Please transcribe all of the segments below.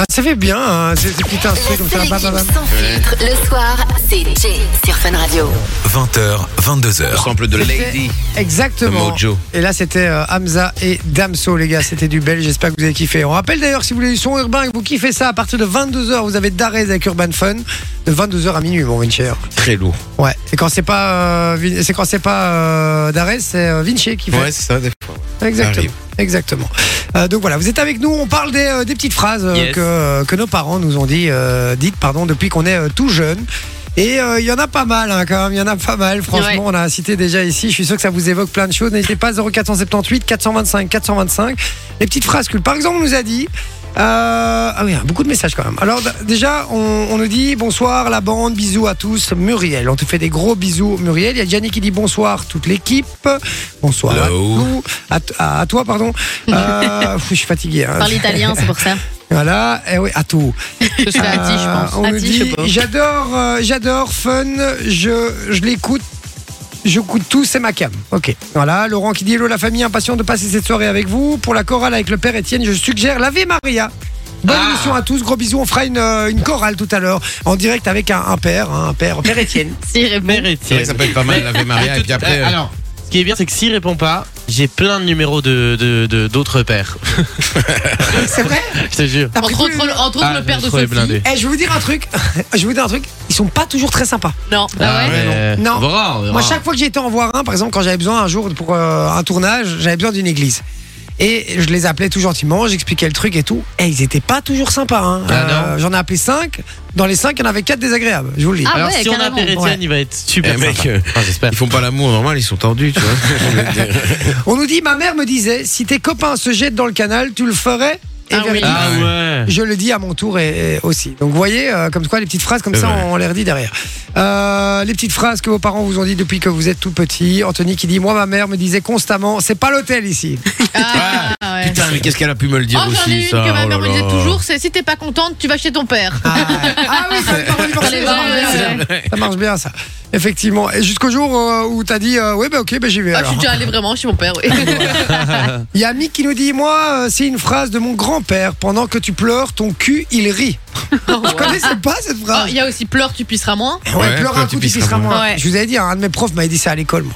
Ah, ça fait bien, hein, ces, ces petits instruments comme ça. La bam, seule bam, bam. équipe sans filtre le soir, c'est Jay sur Fun Radio. 20h, 22h. Sample de Lady. Exactement. De Mojo. Et là, c'était euh, Hamza et Damso, les gars. C'était du belge. J'espère que vous avez kiffé. On rappelle d'ailleurs, si vous voulez du son urbain et que vous kiffez ça, à partir de 22h, vous avez Darez avec Urban Fun. De 22h à minuit, mon Vinci. Très lourd. Ouais. Et quand c'est pas, euh, Vin- c'est quand c'est pas euh, Darez, c'est euh, Vinci qui fait. Ouais, c'est ça, des fois. Exactement. Arrive. Exactement. Euh, donc voilà, vous êtes avec nous. On parle des, euh, des petites phrases euh, Yes. que, euh, que nos parents nous ont dit, euh, dites pardon, depuis qu'on est euh, tout jeune. Et euh, il y en a pas mal hein, quand même, il y en a pas mal. Franchement, Ouais. on a cité déjà ici. Je suis sûr que ça vous évoque plein de choses. N'hésitez pas 0478 425 425. Les petites phrases que, par exemple, on nous a dit. euh, ah oui, beaucoup de messages quand même. Alors d- déjà, on, on nous dit bonsoir la bande, bisous à tous. Muriel, on te fait des gros bisous, Muriel. Il y a Gianni qui dit bonsoir toute l'équipe. Bonsoir à Hello. tous à, t- à- à toi, pardon. Euh, pff, je suis fatigué. hein. Parle italien, c'est pour ça. Voilà, eh oui, à tout. Je suis à 10, je pense. Euh, on À nous 10, je dit, pense. j'adore, euh, j'adore, fun, je, je l'écoute. Je coûte tout, c'est ma cam. Ok. Voilà. Laurent qui dit Hello, la famille, impatient de passer cette soirée avec vous. Pour la chorale avec le père Étienne, je suggère l'Ave Maria. Bonne Ah. émission à tous. Gros bisous. On fera une, euh, une chorale tout à l'heure en direct avec un, un père, hein, un père, père Étienne. Si, il répond. C'est vrai que ça peut être pas mal, l'Ave Maria, et puis après. euh, Alors, ce qui est bien, c'est que s'il répond pas, j'ai plein de numéros de de- de- d'autres pères. c'est vrai. Je te jure. T'as pris Entre tous les- autres, entre autres, Ah, le père je de trouvais Sophie. blindé. Eh, je vais vous dire un truc. je vais vous dire un truc. Ils sont pas toujours très sympas. Non, bah ouais. Ah, mais Non. On verra, on verra. Moi, chaque fois que j'ai été en voir un, par exemple, quand j'avais besoin un jour pour euh, un tournage, j'avais besoin d'une église. Et je les appelais tout gentiment, j'expliquais le truc et tout. Et ils étaient pas toujours sympas. hein. Ah, J'en ai appelé 5. Dans les 5, il y en avait 4 désagréables, je vous le dis. Ah Alors, ouais, si on a carrément. Péretienne, Ouais. il va être Eh, super mec, sympa. euh, Enfin, Ah, J'espère. ils font pas l'amour normal, ils sont tendus, tu vois. Je voulais te dire. On nous dit, ma mère me disait, si tes copains se jettent dans le canal, tu le ferais Et Ah oui. véridique. Ah ouais. Je le dis à mon tour et, et aussi. Donc vous voyez, euh, comme quoi les petites phrases comme C'est ça, vrai. on, on les redit derrière. Euh, les petites phrases que vos parents vous ont dit depuis que vous êtes tout petit. Anthony qui dit, moi ma mère me disait constamment, c'est pas l'hôtel ici. Ah, ouais. Putain, mais qu'est-ce qu'elle a pu me le dire Oh, j'en ai aussi, une ça que ma oh mère là me disait là. toujours, c'est si t'es pas contente, tu vas chez ton père. Ah, ah oui, ça, ça marche Allez, bien, ouais, ça. ouais, ouais. Ça marche bien ça. Effectivement. Et jusqu'au jour euh, où t'as dit, euh, ouais, bah ok, bah, j'y vais. Ah, je alors. suis déjà allée vraiment chez mon père, Ah, oui. Il y a Mick qui nous dit, moi, euh, c'est une phrase de mon grand-père. Pendant que tu pleures, ton cul, il rit. Je connaissais pas cette Ah, phrase. Il y a aussi pleure, tu pisseras moins. Eh Ouais, Ouais, pleure un pleure, coup, tu tu pisseras pisseras moins. moins. Ouais. Je vous avais dit, un de mes profs m'avait dit ça à l'école. moi.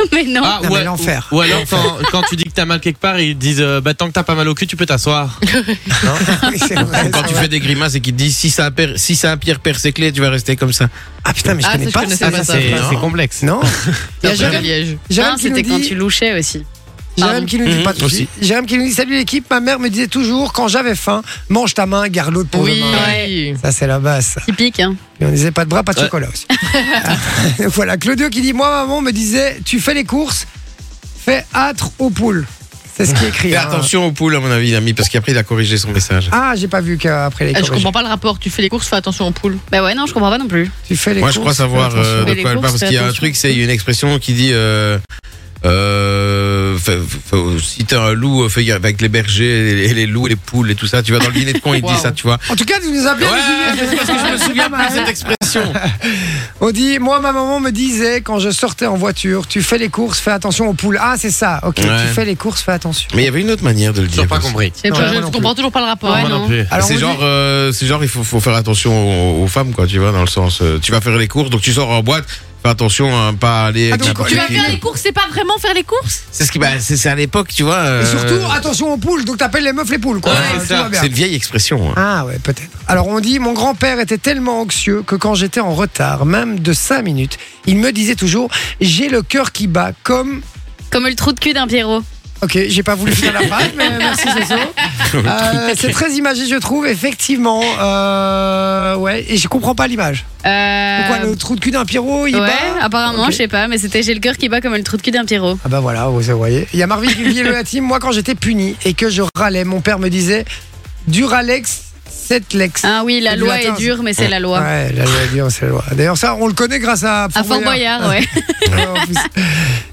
Mais non. Ah, Non, ou, mais a- l'enfer. ou- ou alors quand, quand tu dis que t'as mal quelque part, ils disent euh, bah tant que t'as pas mal au cul, tu peux t'asseoir. Oui, c'est vrai, Quand c'est tu vrai. fais des grimaces et qu'ils te disent si ça a, per- si ça a pire percé clé, tu vas rester comme ça. Ah putain, mais je Ah, connais ça, je pas connaissais ça. pas ça, ça. c'est- C'est non. c'est complexe. Non. Il y a Après, Jérém- Liège. Jérém Ah, qui nous c'était quand dit- tu louchais aussi. Jérém qui nous dit Mhm, pas de aussi. soucis. Jérém qui nous dit Salut l'équipe, ma mère me disait toujours quand j'avais faim, mange ta main, garde l'autre pour Oui, demain. ouais. Ça, c'est la base. typique. Hein. Et on disait pas de bras, pas de Ouais. chocolat aussi. voilà, Claudio qui dit Moi, maman me disait Tu fais les courses, fais âtre aux poules. C'est ce qui est écrit. Fais hein. attention aux poules, à mon avis, l'ami, parce qu'après, il a corrigé son message. Ah, j'ai pas vu qu'après les Ah, courses. Je comprends pas le rapport. Tu fais les courses, fais attention aux poules. Bah ouais, non, je comprends pas non plus. Tu fais les Moi, courses. je crois savoir fais attention. euh, Mais de les quoi elle courses, parle, parce qu'il y a un attention. truc, c'est une expression qui dit. Euh, euh, fa- fa- si t'es un loup, euh, fais gaffe avec les bergers, et les, et les loups, et les poules et tout ça, tu vas dans le dîner de con, il te dit Wow. ça, tu vois. En tout cas, tu nous as bien Ouais, résumé. c'est parce que je me souviens plus de cette expression. On dit, moi, ma maman me disait quand je sortais en voiture, tu fais les courses, fais attention aux poules. Ah, c'est ça, ok, Ouais. tu fais les courses, fais attention. Mais il y avait une autre manière de le J'ai dire. pas compris. Je Non, moi je non comprends toujours pas le rapport. hein, Ouais, Moi non non. plus. Alors, on C'est dit- genre, euh, c'est genre, il faut, faut faire attention aux, aux femmes, quoi, tu vois, dans le sens, euh, tu vas faire les courses, donc tu sors en boîte, fais attention à pas aller. avec Ah, donc, n'importe Tu vas qui, faire quoi. les courses, c'est pas vraiment faire les courses C'est ce qui, bah, c'est c'est à l'époque, tu vois. Et euh, surtout, attention aux poules, donc t'appelles les meufs les poules, quoi. ouais, Euh, c'est tout ça. va bien. c'est une vieille expression. hein. Ah ouais, peut-être. Alors on dit, mon grand-père était tellement anxieux que quand j'étais en retard, même de 5 minutes, il me disait toujours, j'ai le cœur qui bat comme... Comme le trou de cul d'un Pierrot. Ok, j'ai pas voulu finir la phrase, mais merci Zozo. Euh, c'est très imagé, je trouve, effectivement. Euh, ouais, et je comprends pas l'image. Euh... Pourquoi le trou de cul d'un Pierrot, il Ouais, bat apparemment, Ok. je sais pas, mais c'était j'ai le cœur qui bat comme le trou de cul d'un Pierrot. Ah bah voilà, vous voyez. Il y a Marvin qui dit le team. Moi, quand j'étais puni et que je râlais, mon père me disait Duralex, cette lex. Ah oui, la Du loi latin, est dure, mais c'est la loi. Ouais, la loi est dure, c'est la loi. D'ailleurs, ça, on le connaît grâce à À Fort Boyard, ouais. Ouais, en plus.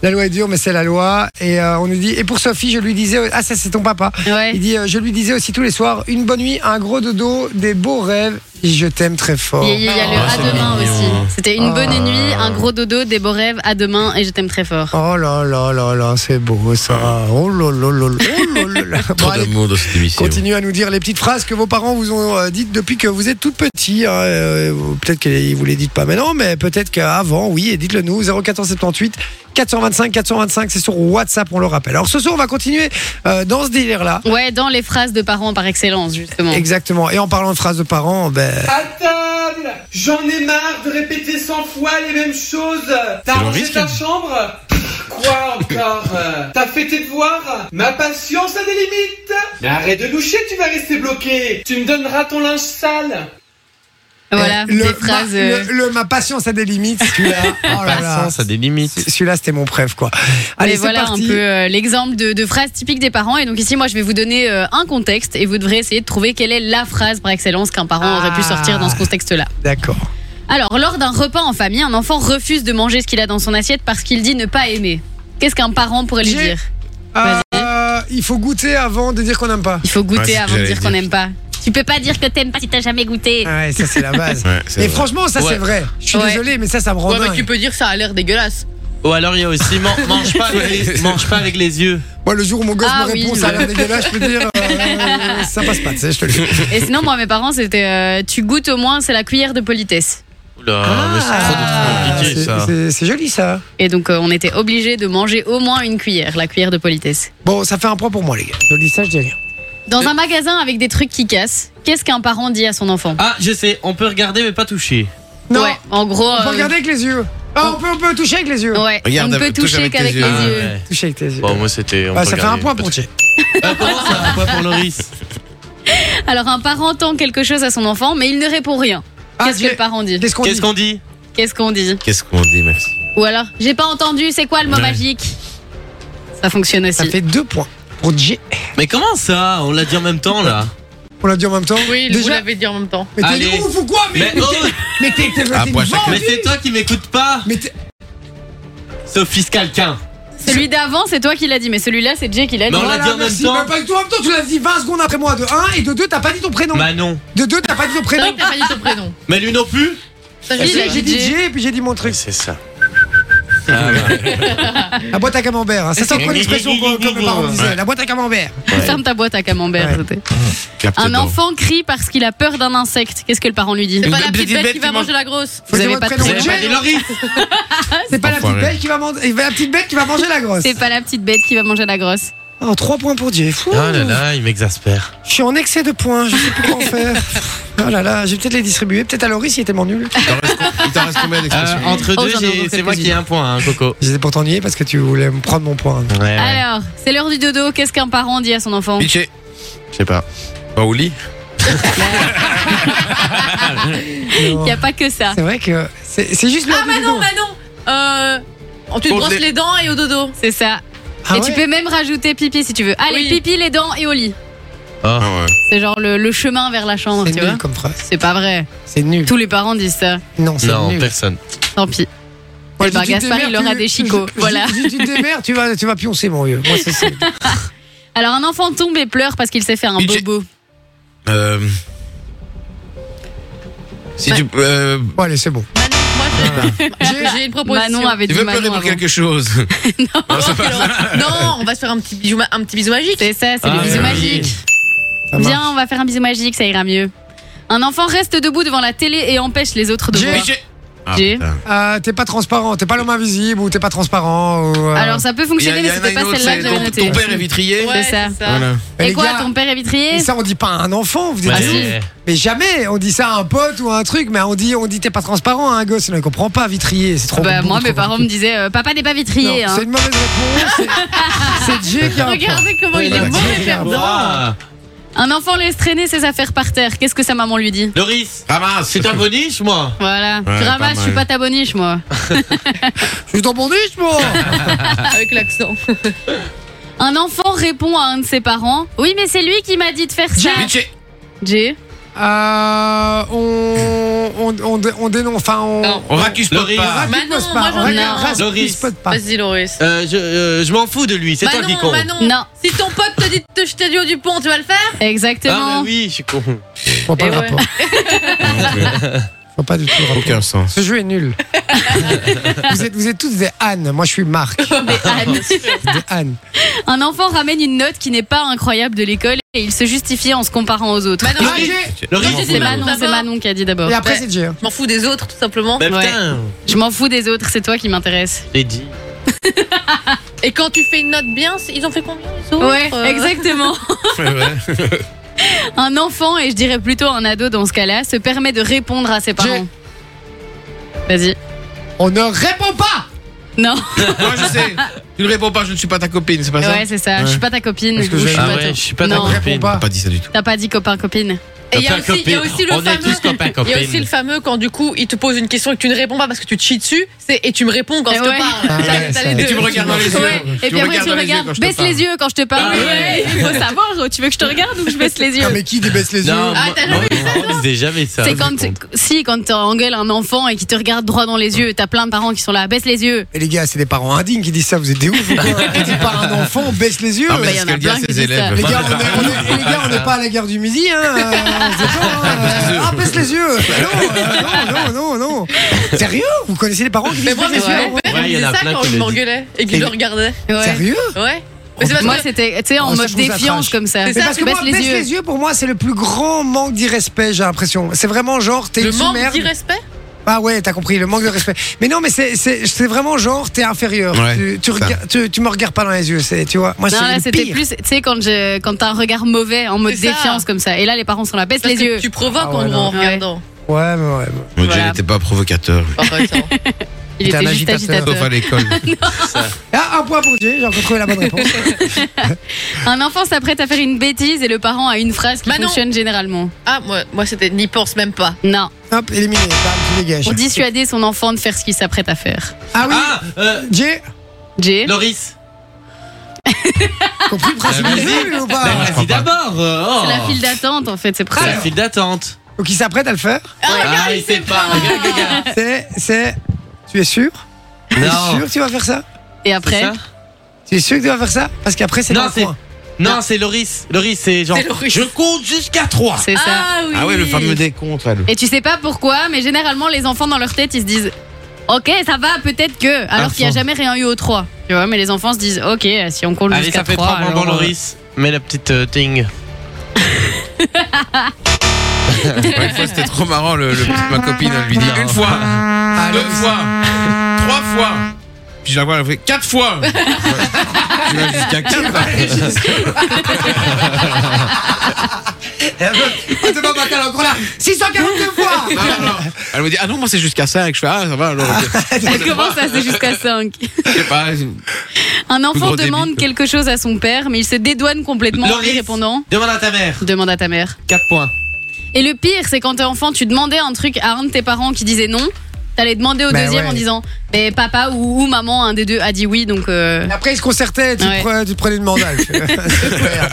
la loi est dure, mais c'est la loi. Et euh, on nous dit. Et pour Sophie, je lui disais. Ah, ça, c'est ton papa. ouais. Il dit euh, Je lui disais aussi tous les soirs Une bonne nuit, un gros dodo, des beaux rêves, Je t'aime très fort. Il y a, il y a le Oh, à c'est demain mignon. aussi. C'était une bonne Ah. nuit, un gros dodo, des beaux rêves, à demain et je t'aime très fort. Oh là là là là, c'est beau ça. Oh là là là là. Oh là là là. Bon, Trop allez, d'amour dans cette émission. Continuez à nous dire les petites phrases que vos parents vous ont euh, dites depuis que vous êtes tout petit. hein, euh, ou peut-être qu'ils vous les dites pas maintenant, mais peut-être qu'avant, oui, et dites-le nous. 0478 425 425, c'est sur WhatsApp, on le rappelle. Alors ce soir, on va continuer euh, dans ce délire-là. Ouais, dans les phrases de parents par excellence, justement. Exactement. Et en parlant de phrases de parents, ben, À table J'en ai marre de répéter 100 fois les mêmes choses T'as le rangé risque. ta chambre Quoi encore euh. T'as fait tes devoirs Ma patience a des limites Mais arrête de loucher, tu vas rester bloqué Tu me donneras ton linge sale Voilà, le, Ah, des phrases. ma, euh, le- le- ma patience a des limites. Celui-là, oh là là. ça a des limites. Celui-là, c'était mon préf, quoi. Allez, mais c'est voilà parti. un peu euh, l'exemple de, de phrases typiques des parents. Et donc ici, moi, je vais vous donner euh, un contexte et vous devrez essayer de trouver quelle est la phrase par excellence qu'un parent aurait pu Ah. sortir dans ce contexte-là. D'accord. Alors, lors d'un repas en famille, un enfant refuse de manger ce qu'il a dans son assiette parce qu'il dit ne pas aimer. Qu'est-ce qu'un parent pourrait lui J'ai- dire Euh, il faut goûter avant de dire qu'on n'aime pas. Il faut Ouais, goûter c'est ce avant que de j'allais dire qu'on dire. n'aime pas. Tu peux pas dire que t'aimes pas si t'as jamais goûté. Ah Ouais, ça c'est la base. Ouais, c'est Et vrai. franchement, ça c'est Ouais. vrai. Je suis Ouais. désolé, mais ça, ça me rend Ouais, mais dingue. tu peux dire ça a l'air dégueulasse. Ou alors il y a aussi man- mange, pas avec les, mange pas avec les yeux. Moi, le jour où Oh, mon gosse Ah me oui, répond, oui. ça a l'air dégueulasse, je peux dire, euh, ça passe pas, tu sais, je te le dis. Et sinon, moi, mes parents, c'était euh, tu goûtes au moins, c'est la cuillère de politesse. Oula, Euh, mais c'est trop Ah, de c'est- trucs compliqués, ça. c'est- C'est joli ça. Et donc, euh, on était obligés de manger au moins une cuillère, la cuillère de politesse. Bon, ça fait un point pour moi, les gars. Je dis ça, je dis rien. Dans un magasin avec des trucs qui cassent, qu'est-ce qu'un parent dit à son enfant Ah, je sais, on peut regarder mais pas toucher. Non, Ouais, en gros. on peut euh, regarder avec les yeux. Ah, on peut, on peut toucher avec les yeux. Ouais, Regarde, on ne peut avec- touche toucher avec tes qu'avec les yeux. Ah, yeux. Toucher avec tes yeux. Bon, moi c'était. on Bah, peut ça fait un regarder, point pas pour toucher. Thierry. Ah, comment ça Un point pour Loris. Alors, un parent tend quelque chose à son enfant, mais il ne répond rien. Ah, Qu'est-ce que j'ai- le parent dit Qu'est-ce qu'on dit Qu'est-ce qu'on dit Qu'est-ce qu'on dit Qu'est-ce qu'on dit, merci Ou alors, j'ai pas entendu, c'est quoi le mot Ouais. magique Ça fonctionne Ça aussi. fait deux points pour J. Mais comment ça On l'a dit en même temps là. On l'a dit en même temps. Oui, vous déjà. l'avez dit en même temps. Mais t'es Allez. ouf ou quoi Mais Mais, mais oh, t'es- mais t'es t'es- Ah, t'es point chacun. mais vendu. c'est toi qui m'écoutes pas, Mais t'es- Sophie Scalquin. Celui d'avant, c'est toi qui l'as dit, mais celui-là, c'est Jay qui l'a dit. Non, On l'a Voilà, dit en même merci. temps. Mais pas du tout en même temps, tu l'as dit 20 secondes après moi de 1 et de 2, t'as pas dit ton prénom. Manon. De 2, t'as pas dit ton C'est vrai prénom. que t'as pas dit ton prénom. Mais lui non plus Ça, je Et dis, puis, la J'ai dit DJ. J et puis j'ai dit mon truc. Ah, C'est ça. La boîte à camembert, hein. ça c'est encore une expression qu'on- comme mes parents disaient. Ouais. La boîte à camembert. Ferme ta boîte à camembert. Ouais. c'était. Capte Un dedans. enfant crie parce qu'il a peur d'un insecte. Qu'est-ce que le parent lui dit C'est pas Une la petite petite bête bête qui qui va mange- manger la grosse. Faut Vous dire avez votre pas de prénom. prénom. Jay, J'ai dit Loris. C'est pas la petite Enfoiré. bête qui va manger. La petite bête qui va manger la grosse. C'est pas la petite bête qui va manger la grosse. Oh, 3 points pour Jay. Fou. Ah là, il m'exaspère. Je suis en excès de points, je sais plus quoi en faire. Oh là là, j'ai peut-être les distribuer. Peut-être à Laurie s'il était tellement nul. Il t'en reste- Il t'en reste combien d'expressions entre Oh, deux, j'en ai j'ai- encore c'est moi qui ai un point, hein, Coco. J'étais pour t'ennuyer parce que tu voulais me prendre mon point. Ouais, ouais. Alors, c'est l'heure du dodo. Qu'est-ce qu'un parent dit à son enfant Pitché. Je sais pas. Pas au lit Il Non. n'y a pas que ça. C'est vrai que c'est c'est juste le. Ah, bah non, bah non. Euh, on te Bon, brosse les- les dents et au dodo. C'est ça. Ah et tu peux même rajouter pipi si tu veux. Allez, Oui. pipi, les dents et au lit. Ah ouais. C'est genre le, le chemin vers la chambre, C'est tu vois. nul comme phrase. C'est pas vrai. C'est nul. Tous les parents disent ça. Non, c'est Non, nul. personne. Tant pis. Eh Moi, je dis, ben, tu te Gaspard, démerdes, il aura tu- des chicots. je- je- Voilà. Si tu te démerdes, tu vas, tu vas pioncer, mon vieux. Moi, c'est c'est- Alors, un enfant tombe et pleure parce qu'il s'est fait un Il- j'ai- bobo. Euh, Si tu, euh, Bon, allez, c'est bon. Manon, moi, j'ai- j'ai une proposition. Manon avait tu dit veux Manon pleurer pour avant. quelque chose, Non, non, on va se faire un petit bijou, ma- un petit bisou magique. C'est ça, c'est Ah, le bisou oui. magique. Ça marche. Viens, on va faire un bisou magique, ça ira mieux. Un enfant reste debout devant la télé et empêche les autres de J'ai- voir. Ah, J'ai- putain. Euh, t'es pas transparent, t'es pas l'homme invisible ou t'es pas transparent. Ou, euh, Alors ça peut Il y a- fonctionner, il y mais en a c'était une pas autre, celle-là c'est que j'avais ton, notée. ton père est vitrier. Ouais. c'est ça. Voilà. mais Et les quoi, gars, ton père est vitrier mais ça, on dit pas à un enfant, vous dites Bah, des si. ouf. Ah, Mais jamais, on dit ça à un pote ou à un truc, mais on dit, on dit t'es pas transparent à un gosse, il ne comprend pas, vitrier, c'est trop Bah, beaucoup moi, trop mes parents me compliqué. disaient euh, Papa n'est pas Non, vitrier. hein. C'est une mauvaise réponse, c'est- c'est Jay qui a un point. Regardez comment il Ouais, est bah, mauvais tiens, perdant. Ah, Un enfant laisse traîner ses affaires par terre. Qu'est-ce que sa maman lui dit Loris, Ramasse. c'est un boniche, moi Voilà. Ouais, tu pas ramasses, je suis mal. pas ta boniche, moi. Je suis dans mon niche, moi Avec l'accent. Un enfant répond à un de ses parents Oui, mais c'est lui qui m'a dit de faire ça. Pitché. Jay. euh, on, on, on, dé- on dénonce. Enfin, on. Non. On racuse Le rire. Bah Raconte non, moi, pas, j'en ai raconte- un. raconte- Doris. spote pas. Vas-y, Loris. Euh, je euh, je m'en fous de lui, c'est toi qui Manon, compte. Manon. Non. Si ton pote te dit de jeter du haut du pont, tu vas le faire Ah bah Exactement. oui, je suis con. Je vois pas Et le ouais. rapport. Je vois pas du tout le rapport. Aucun sens. Ce jeu est nul. vous, êtes, vous êtes toutes des Anne. Moi, je suis Marc. Ah, Mais Anne, Des Anne. un enfant ramène une note qui n'est pas incroyable de l'école et il se justifie en se comparant aux autres. Manon, Ah, j'ai- Le Non, rire, je dis C'est c'est Manon, Manon. c'est d'abord. Manon qui a dit d'abord. Et après, Ouais. c'est Dieu. je m'en fous des autres, tout simplement. Bah Ouais. putain, Je m'en fous des autres, c'est toi qui m'intéresse. j'ai dit. Et quand tu fais une note bien, c'est- ils ont fait combien les autres Ouais, Euh, exactement. Un enfant, et je dirais plutôt un ado dans ce cas-là, se permet de répondre à ses parents. Vas-y. On ne répond pas. Non, Moi, je sais. Tu ne réponds pas, je ne suis pas ta copine, c'est pas ça ouais, c'est ça. Je suis pas ta copine. Parce que Ou je je- suis Ah pas ouais, ton- je suis pas ta Non, On ne répond Copine. T'as pas. pas dit ça du tout. t'as pas dit copain-copine. Et il y a Copain, aussi- il y a copine. aussi le On est fameux. tous copains, Il y a aussi copines. le fameux quand du coup il te pose une question et que tu ne réponds pas parce que tu te chies dessus, c'est et tu me réponds quand Eh je ouais. te parle. Ah ouais, T'as- t'as ça- les Et deux. tu me regardes dans les yeux. Ouais. Et Tu puis me après, regardes tu dans les regardes. yeux quand je te baisse parle. les yeux quand je te parle. Ah ouais. Ouais, Il faut savoir, tu veux que je te regarde ou que je baisse les yeux Ah, mais qui débaisse les yeux Non, Ah, t'as moi, moi, on disait jamais ça. C'est je quand, me rends compte. si, quand t'engueules un enfant et qu'il te regarde droit dans les yeux, t'as plein de parents qui sont là, baisse les yeux. Et les gars, c'est des parents indignes qui disent ça. Vous êtes des ouf. ou quoi On dit par un enfant, on baisse les yeux. Ah, mais Bah, c'est y ce en a qu'elle dit à plein qui ses disent ça. élèves. Les gars, on est, on est- les gars, on n'est pas à la guerre du midi, hein. euh, on se détend, hein. Ah, baisse les yeux. Bah non, euh, non, non, non, non. Sérieux Vous connaissez les parents qui Mais disent moi, baisse mes les yeux yeux, mon père, Ouais, il y en disait a ça plein quand qui il le m'engueulait et que je le Et- regardait. Ouais. Sérieux Ouais. Mais c'est parce Moi, que- c'était, tu sais, en Oh, ça, mode je trouve ça défiance trash. comme ça. Mais Mais ça, parce que baisse moi, les baisse yeux. les yeux, pour moi, c'est le plus grand manque d'irrespect, j'ai l'impression. C'est vraiment genre, t'es le une manque sous-merde. d'irrespect Ah ouais, t'as compris, le manque de respect. Mais non, mais c'est- c'est c'est vraiment genre, t'es inférieur. Ouais, tu, tu, ça. rega- tu, tu me regardes pas dans les yeux, c'est- tu vois. Moi, Non, c'est là, le c'était pire. plus, tu sais, quand, je- quand t'as un regard mauvais, en mode C'est ça. défiance comme ça. Et là, les parents sont là, baisse Parce les que yeux. Tu provoques Ah ouais, en gros en non. regardant. Ouais, mais ouais. ouais. Mon Dieu, Voilà. il n'était pas provocateur. lui. Arrête, hein. Il T'es un était juste agitateur. agitateur. Sauf à l'école. Ah, un point pour Dieu, j'ai encore trouvé la bonne réponse. Un enfant s'apprête à faire une bêtise et le parent a une phrase qui Manon. fonctionne généralement. Ah, moi, moi c'était n'y pense même pas. Non. Hop, éliminé, bam, tu dégages. Pour dissuader son enfant de faire ce qu'il s'apprête à faire. Ah oui, Ah, euh, Jay, Jay Loris. Ah, compris le principe Ah, du vas-y. jeu ou Bah, pas vas-y d'abord. euh, oh. C'est la file d'attente, en fait, c'est pour C'est la ça. file d'attente. Donc il s'apprête à le faire. Ah, il sait pas. Regarde, regarde. C'est, c'est. Tu es sûr Tu es sûr Non. que tu vas faire ça Et C'est après, ça Tu es sûr que tu vas faire ça Parce qu'après c'est Non, dans le c'est- coin. Non, c'est Loris. Loris, c'est genre. C'est Loris. Je compte jusqu'à 3. c'est ça. oui. Ah ouais, le fameux décompte. là, le- Et tu sais pas pourquoi, mais généralement, les enfants dans leur tête, ils se disent Ok, ça va, peut-être que. Alors qu'il n'y a Enfant. jamais rien eu au 3. Tu vois, mais les enfants se disent Ok, si on compte Allez, jusqu'à ça fait 3. 3 points alors, euh, pour Loris. Mets la petite euh, ting. Ouais, Une fois, c'était trop marrant. Le, le petit- ma copine, elle lui dit Non. une fois, Ah, deux non, fois, trois fois. Puis je la vois, elle fait quatre fois. Tu vas jusqu'à quatre fois. mais- Ah, c'est pas mal, alors, encore là. 642 fois Non, non, non. Elle me dit, ah non, moi c'est jusqu'à 5. Je fais, ah ça va alors. ok. euh, Comment ça, c'est jusqu'à 5 Je sais pas. Un enfant gros débit. demande quelque chose à son père, mais il se dédouane complètement en lui Loris. répondant Demande à ta mère. Demande à ta mère. 4 points. Et le pire, c'est quand t'es enfant, tu demandais un truc à un de tes parents qui disait non. T'allais demander au Bah deuxième ouais. en disant Mais papa ou, ou maman, un des deux a dit oui, donc. euh, Après, ils se concertaient, tu, te Ouais. prenais, tu te prenais une mandale. C'est clair.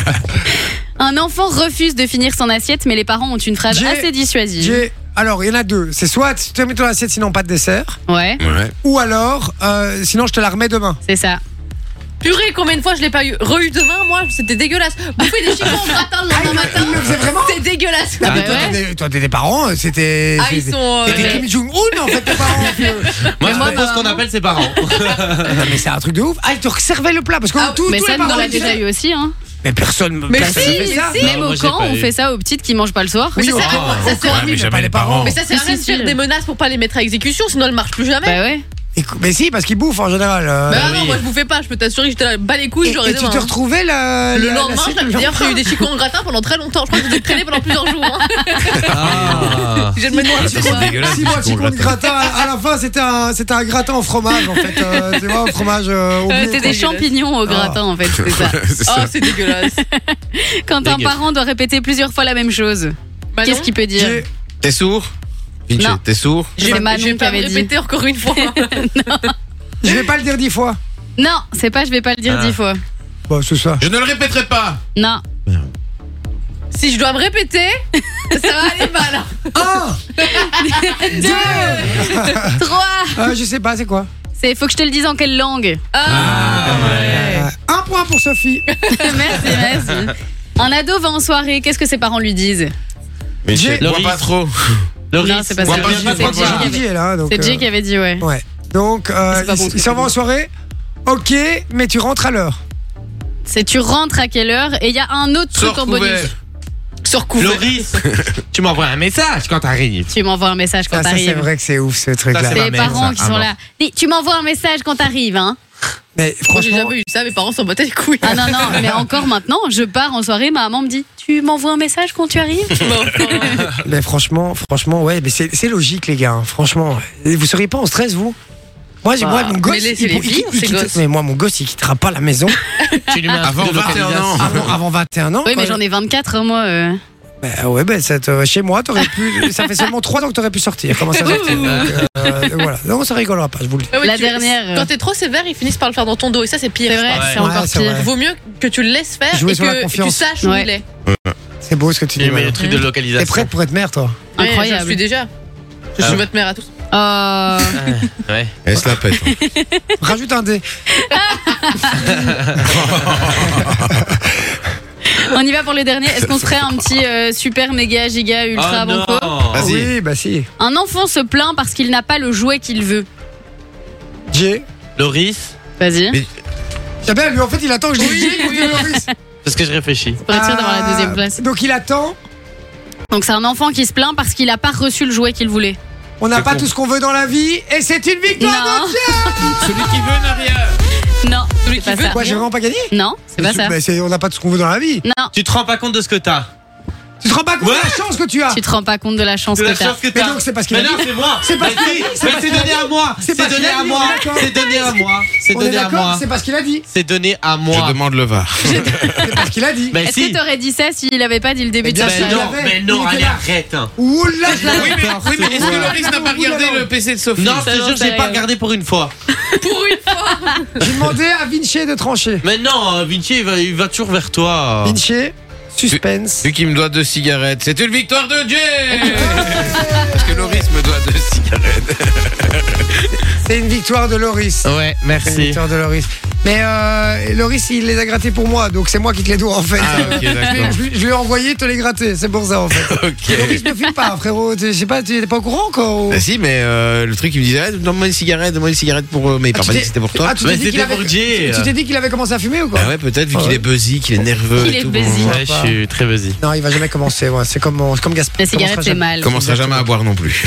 Un enfant refuse de finir son assiette, mais les parents ont une phrase J'ai- Ah, assez dissuasive. Jay, alors, il y en a deux. C'est soit tu te mets ton assiette, sinon pas de dessert. Ouais, Ouais. Ou alors, euh, sinon je te la remets demain. c'est ça. Purée, combien de fois je l'ai pas eu re-eu demain, moi C'était dégueulasse. Bouffer des chiffons au gratin le lendemain matin. Ah, Il le faisait vraiment C'est dégueulasse. Ah bah Mais toi, ouais. t'as des- toi, t'es des parents, euh, c'était. Ah, ils c'était- sont, euh, Ah, T'étais ouais. Kim Jong-un, en fait, tes parents. vieux. Moi, je moi, propose ma qu'on maman- appelle ses parents. Non, mais c'est un truc de ouf. Ah, ils te servaient le plat parce que Ah, tout, mais tous ça, les nous, on parents l'a ils disaient- déjà eu aussi. Hein. Mais personne, Mais personne si, ne fait mais ça. si. Même moi, au j'ai camp, pas on eu. fait ça aux petites qui mangent pas le soir. Mais Oui, ça, on- c'est vraiment- ça, c'est Ouais, mais horrible. jamais les parents. Mais ça, c'est Si, rien de si, faire si. des menaces pour pas les mettre à exécution, sinon elles marchent plus jamais. Bah ouais. Et- mais si, parce qu'ils bouffent en général. euh, Bah Ah non, oui. moi je bouffais pas, je peux t'assurer que j'étais là, bas les et, couilles, j'aurais et tu demain. hein. te retrouvais la, la- Le la lendemain, suite je du t'avais dire, lendemain. j'ai eu des chicots en gratin pendant très longtemps. Je crois que j'ai traîné pendant plusieurs jours. hein. Ah. J'ai le mémoire Attends, c'est dégueulasse. Six mois de c'est con, chicon de gratin. gratin. À à la fin, c'était un, c'était un gratin en fromage, en fait. euh, tu vois, au fromage euh, au blé, Euh, T'es quoi. des champignons au gratin, en fait, Bah, c'est ça. C'est Oh, ça. c'est dégueulasse. Quand un Dégueu. parent doit répéter plusieurs fois la même chose, Manon, qu'est-ce qu'il peut dire J'ai- T'es sourd Vinci, Non. t'es sourd je C'est vais- Manon je vais qui pas avait me dit. répéter encore une fois. Je vais pas le dire dix fois. Non, c'est pas je vais pas le dire Ah. dix fois. Bon, Bah, c'est ça. Je ne le répéterai pas Non. si je dois me répéter, ça va aller. hein. Deux. Trois. Euh, je sais pas, c'est quoi C'est faut que je te le dise en quelle langue. Ah, Euh, Un point pour Sophie. merci, merci. Un ado va en soirée, qu'est-ce que ses parents lui disent Mais J'ai- je bois Loris. pas trop. Laurie, Non, c'est pas moi, ça. par C'est exemple, Jay. moi, voilà. Jay. Guigui est là, hein, donc. C'est Jay qui avait dit ouais. euh, ouais. Donc, euh, C'est pas bon, il- c'est il s'en pas va en bon. soirée. Ok, mais tu rentres à l'heure. C'est tu rentres à quelle heure Et il y a un autre truc Sors en bonus. couvert. Sur Loris, tu m'envoies un message quand t'arrives. Tu m'envoies un message quand Ah, ça, c'est t'arrives. vrai que c'est ouf ce truc-là. Ça, C'est ma les mère, parents ça. qui Ah, sont bon. là. Dis, tu m'envoies un message quand t'arrives, hein Moi, Mais j'ai franchement, jamais eu ça, mes parents s'en battaient les couilles. Ah non, non, mais encore maintenant, je pars en soirée, ma maman me dit Tu m'envoies un message quand tu arrives mais franchement, franchement, ouais, mais c'est c'est logique, les gars. hein, franchement, Et vous seriez pas en stress, vous Moi, j'ai- Bah, moi, mon mais gosse, laissez les il, vivre, il ces quitte- gosses. mais moi, mon gosse, il quittera pas la maison Tu lui mets un Avant truc de 21 localisation. ans. avant, avant 21 ans. Oui, quoi. mais j'en ai 24, moi. euh. Bah, ouais, ben ça te- chez moi, t'aurais pu. ça fait seulement 3 ans que t'aurais pu sortir. Comment ça va être Donc, euh, voilà. Non, ça rigolera pas, je vous le dis. Ouais, ouais, La tu- dernière, euh. Quand t'es trop sévère, ils finissent par le faire dans ton dos et ça, c'est pire. C'est je vrai, pense. c'est Ouais, encore c'est pire. vrai. Vaut mieux que tu le laisses faire Jouer et sur la que tu confiance. saches où Ouais. il est. C'est beau ce que tu Tu lui dis. mets ouais. le truc de localisation. T'es prête pour être mère, toi Ouais, Incroyable. Je le suis déjà. Je Ah suis ouais. votre mère à tous. Euh, Ouais. Elle se la pète. hein. Rajoute un dé. Ah, on y va pour le dernier. Est-ce qu'on se ferait un petit euh, super méga giga ultra Oh, banco non. Vas-y. Ah Oui, bah si. Un enfant se plaint parce qu'il n'a pas le jouet qu'il veut. Jay. Loris, Vas-y. Ah ben, lui, en fait, il attend que je dise Jay. oui, Loris. c'est ce que je réfléchis. Pour être sûr d'avoir la deuxième place. Ah, Donc il attend. Donc c'est un enfant qui se plaint parce qu'il n'a pas reçu le jouet qu'il voulait. On n'a C'est pas con. tout ce qu'on veut dans la vie et c'est une victoire. Non, Celui qui veut n'a rien. non, Celui c'est qui pas veut, ça. Quoi, j'ai vraiment pas gagné Non, c'est pas ça. Bah, c'est- on n'a pas tout ce qu'on veut dans la vie. Non, Tu te rends pas compte de ce que t'as. Tu te rends pas compte Ouais. de la chance que tu as. tu te rends pas compte de la chance De que la t'as. chance que Mais t'as. donc c'est parce qu'il Mais a dit. non, c'est moi. C'est parce Mais si, que- c'est mais parce c'est qu'il a donné dit. à moi. C'est C'est parce qu'il donné a à dit, moi. on est d'accord. C'est donné à moi. C'est On est donné à d'accord, moi. c'est parce qu'il a dit. C'est donné à Je moi. demande le VAR. C'est parce qu'il a dit. Mais Ben Est-ce si. que t'aurais dit ça s'il avait pas dit le début Eh de bien, sa c'est Mais phrase non, l'avais, mais il non, était allez, là. arrête. hein. Oula, je l'avais. Oui, mais est-ce que Loris n'a pas regardé le PC de Sophie Non, je te Ça, jure, ça, j'ai ça, pas ouais. regardé pour une fois. J'ai demandé à Vinci de trancher. Mais non, euh, Vinci, il va, il va toujours vers toi. Vinci, suspense. Celui qui me doit deux cigarettes. C'est une victoire de Jay Parce que Loris me doit deux cigarettes. C'est une victoire de Loris. Ouais, C'est une merci. victoire de Loris. Mais euh, Loris, il les a grattés pour moi, donc c'est moi qui te les dois en fait. Ah, ok, d'accord. je, lui- je lui ai envoyé te les gratter, c'est pour ça en fait. Loris Ok. ne filme pas, frérot. Tu- Je sais pas, tu n'es pas au courant encore ou- Ah, Bah si, mais euh, le truc, il me disait, ah, donne-moi une cigarette, donne-moi une cigarette pour. euh, Mais il Ah, m'a tu pas dit t'es- que c'était pour toi. Ah, tu Bah, t'es dit c'était qu'il avait... pour Jay. tu t'es dit qu'il avait commencé à fumer ou quoi Bah ouais, peut-être, vu Ah qu'il ouais. est buzzy, qu'il est nerveux. Il et est tout, buzzy. Ouais, Ouais, je je suis très vas-y. Non, il va jamais commencer. ouais, C'est comme, c'est comme Gaspard. La cigarette, c'est mal. On commencera jamais à boire non plus.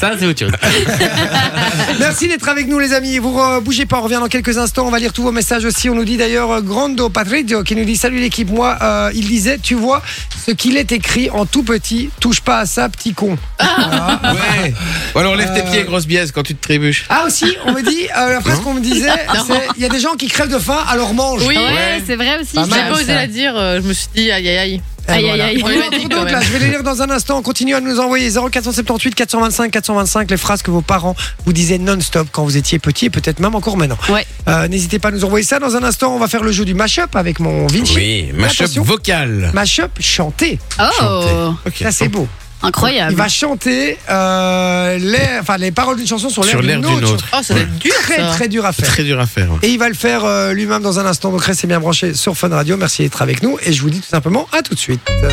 Ça, c'est autre chose. Euh, Merci d'être avec nous, les amis. Vous euh, bougez pas, on revient dans quelques instants. On va lire tous vos messages aussi. On nous dit d'ailleurs euh, Grando Patrizio qui nous dit Salut l'équipe, moi, euh, il disait Tu vois ce qu'il est écrit en tout petit, touche pas à ça, petit con. Voilà. Ouais. Ou alors lève tes Euh, pieds, grosse biaise, quand tu te trébuches. Ah, aussi, on me dit euh, La phrase qu'on me disait c'est Il y a des gens qui crèvent de faim, alors mange. Oui. Ouais, Ouais. c'est vrai aussi. Pas J'ai mal, pas osé ça. la dire, euh, je me suis dit aïe aïe aïe. Et Aïe, Eh ben voilà. aïe, aïe. On y va pour Quand d'autres, même. là. Je vais les lire dans un instant. Continuez à nous envoyer 0478 425 425 les phrases que vos parents vous disaient non-stop quand vous étiez petit et peut-être même encore maintenant. Ouais. Euh, N'hésitez pas à nous envoyer ça. Dans un instant, on va faire le jeu du mashup avec mon Vinci. Oui, mashup Attention. vocal. Mashup chanté. Oh, Ok. Ça, c'est beau. incroyable. Il va chanter euh, les, enfin, les paroles d'une chanson sur Sur l'air l'air d'une autre. Oh, ça va être dur Très, ça. très dur à faire. Très dur à faire. ouais. Et il va le faire euh, lui-même dans un instant. Donc restez bien branchés sur Fun Radio. Merci d'être avec nous. Et je vous dis tout simplement à tout de suite. Euh,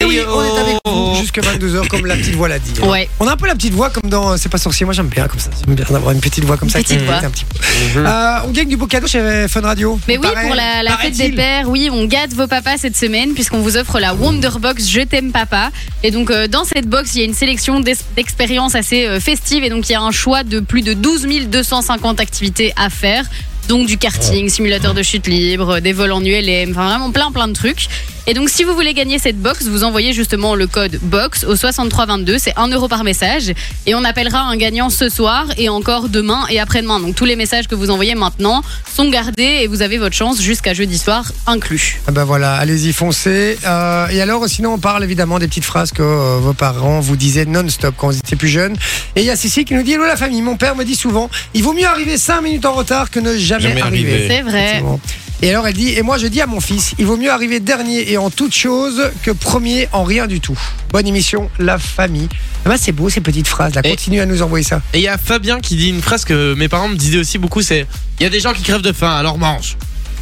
et oui, on est avec vous jusqu'à 22h comme la petite voix l'a dit. Ouais. hein. On a un peu la petite voix comme dans euh, C'est pas sorcier. Moi j'aime bien comme ça. J'aime bien d'avoir une petite voix comme ça. Petite qui voix. un petit peu. Euh, on gagne du beau cadeau chez Fun Radio. Mais oui, Paraît- pour la, la fête paraît-il. des pères, oui, on gâte vos papas cette semaine puisqu'on vous offre la Wonderbox Je t'aime papa. Et donc euh, dans cette box, il y a une sélection d'ex- d'expériences assez euh, festives et donc il y a un choix de plus de 12 250 activités à faire. Donc du karting, simulateur de chute libre, euh, des vols en ULM, enfin vraiment plein plein de trucs. Et donc si vous voulez gagner cette box, vous envoyez justement le code BOX au 6322, c'est 1 euro par message. Et on appellera un gagnant ce soir et encore demain et après-demain. Donc tous les messages que vous envoyez maintenant sont gardés et vous avez votre chance jusqu'à jeudi soir inclus. Ah bah voilà, allez-y, foncez. Euh, et alors, sinon, on parle évidemment des petites phrases que euh, vos parents vous disaient non-stop quand vous étiez plus jeune. Et il y a Cici qui nous dit Hello la famille, mon père me dit souvent, il vaut mieux arriver 5 minutes en retard que ne jamais, Jamais arriver. arriver. C'est vrai. Effectivement. Et alors elle dit, et moi je dis à mon fils, il vaut mieux arriver dernier et en toute chose que premier en rien du tout. Bonne émission, la famille. Ah bah, c'est beau ces petites phrases, là. Et- continue à nous envoyer ça. Et il y a Fabien qui dit une phrase que mes parents me disaient aussi beaucoup c'est il y a des gens qui crèvent de faim, alors mange.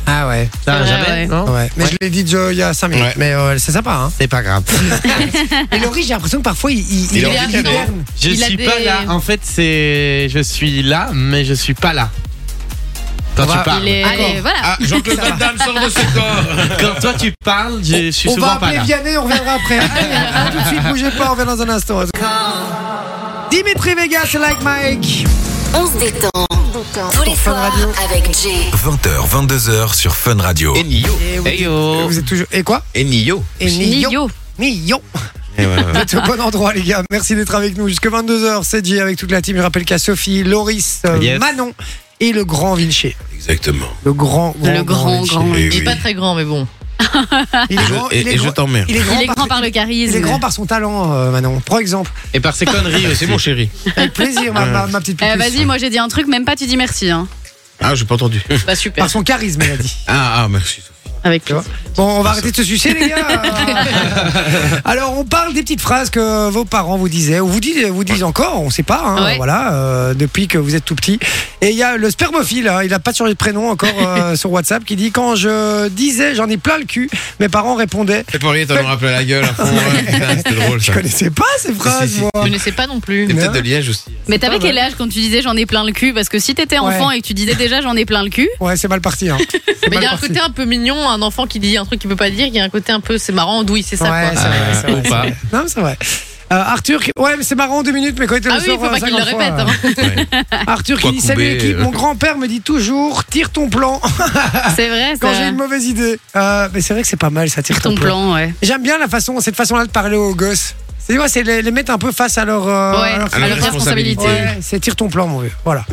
Ah ouais, Ça, Ouais, jamais, ouais. non ouais. Mais je l'ai dit déjà il y a 5 minutes, Ouais. mais euh, c'est sympa. Hein. C'est pas grave. Et Laurie, j'ai l'impression que parfois il, il, Il est il handicapé. hiberne. Je Il a suis des- pas là. En fait, c'est je suis là, mais je suis pas là. Quand On va- tu parles. Il est- Allez, voilà. Ah, Jean-Claude Van Damme sort de ses corps. Quand toi tu parles, je, je suis On va souvent pas appeler là. Vianney, on reviendra après. Allez, à tout de suite, bougez pas, on revient dans un instant. Dimitri Vegas, like Mike. On se détend. Tous les Fun soirs Radio. avec Jay. 20h, 22h sur Fun Radio. Enio. Eyo. Vous êtes toujours. Eh Et quoi Enio. Et Nio. Nio. Et ouais, ouais. Vous êtes au bon endroit, les gars. Merci d'être avec nous. Jusque 22h, c'est Jay avec toute la team. Je rappelle qu'il y a Sophie, Loris, euh, Yes. Manon et le grand Vinci. Exactement. Le grand, grand, Le grand, Vinci. grand. Il Et est oui. pas très grand, mais bon. Il est Et je- grand, et- il est et je grand- t'emmerde. il est grand Il est par- grand par le il charisme. est grand par son talent, euh, Manon. Prends exemple. Et par ses conneries aussi. C'est mon chéri. Avec plaisir, ma, ma- ma petite Eh, pupille. Vas-y, moi j'ai dit un truc, même pas tu dis merci. hein. Ah, j'ai pas entendu. Bah super. Par son charisme, elle a dit. Ah, ah, merci. Avec Tu vois Bon, on va arrêter de se sucer, les gars. Euh, Alors, on parle des petites phrases que vos parents vous disaient, ou vous disent, vous disent encore, on sait pas, hein, Ouais. voilà, euh, depuis que vous êtes tout petit. Et il y a le spermophile, hein, il a pas changé de prénom encore euh, sur WhatsApp, qui dit Quand je disais j'en ai plein le cul, mes parents répondaient C'est pour rien, t'en as rappelé la gueule à fond. ouais. Putain, C'était drôle Je ça. connaissais pas ces phrases, si, si. moi. Je ne sais pas non plus. C'est peut-être de Liège aussi. Mais t'avais Ah ouais. quel âge quand tu disais j'en ai plein le cul Parce que si t'étais enfant et que tu disais déjà j'en ai plein le cul, Ouais, c'est mal parti. Hein. C'est Mais il mal y a un parti. côté un peu mignon, un enfant qui dit un truc qu'il peut pas dire, il y a un côté un peu c'est marrant, on douille, c'est ça Ouais, quoi. c'est vrai, c'est vrai, ou c'est pas. vrai. Non, mais c'est vrai. Euh, Arthur, qui- ouais, mais c'est marrant, deux minutes, mais quand il te Ah le oui, sort, faut pas euh, qu'il le 50 fois, répète. euh, hein. Arthur qui Quoi dit couper, Salut l'équipe, euh. mon grand-père me dit toujours Tire ton plan c'est vrai. quand ça- j'ai une mauvaise idée. Euh, mais c'est vrai que c'est pas mal, ça tire Tire ton plan, ouais. J'aime bien la façon, cette façon-là de parler aux gosses. C'est ouais, c'est les, les mettre un peu face à leur. euh, Ouais, à leur- à leur responsabilité. Ouais, c'est tire ton plan, mon vieux. Voilà.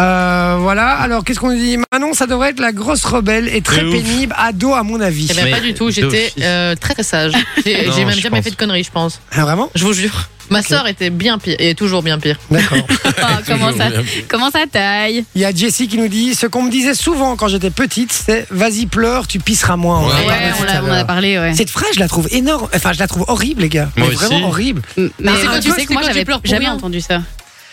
Euh, voilà, alors qu'est-ce qu'on nous dit Manon, ça devrait être la grosse rebelle et très De ouf. pénible, ado à mon avis. Eh ben, Mais pas du tout, j'étais d'office. euh, très très sage. J'ai Non, j'ai même je jamais pense. fait de conneries, je pense. Ah, vraiment Je vous jure. Ma sœur était bien pire, et est toujours bien pire. D'accord. Ah, comment, ça, comment ça taille Il y a Jessie qui nous dit Ce qu'on me disait souvent quand j'étais petite, c'est Vas-y, pleure, tu pisseras moins. en Ouais. a Ouais, parlé tout on, à l'a- on en a l'heure. parlé, ouais. Cette phrase, je la trouve énorme. Enfin, je la trouve horrible, les gars. Moi Mais vraiment aussi. horrible. Mais euh, c'est quand tu tu- sais c'est que moi quand tu j'avais pleures pour jamais rien. entendu ça.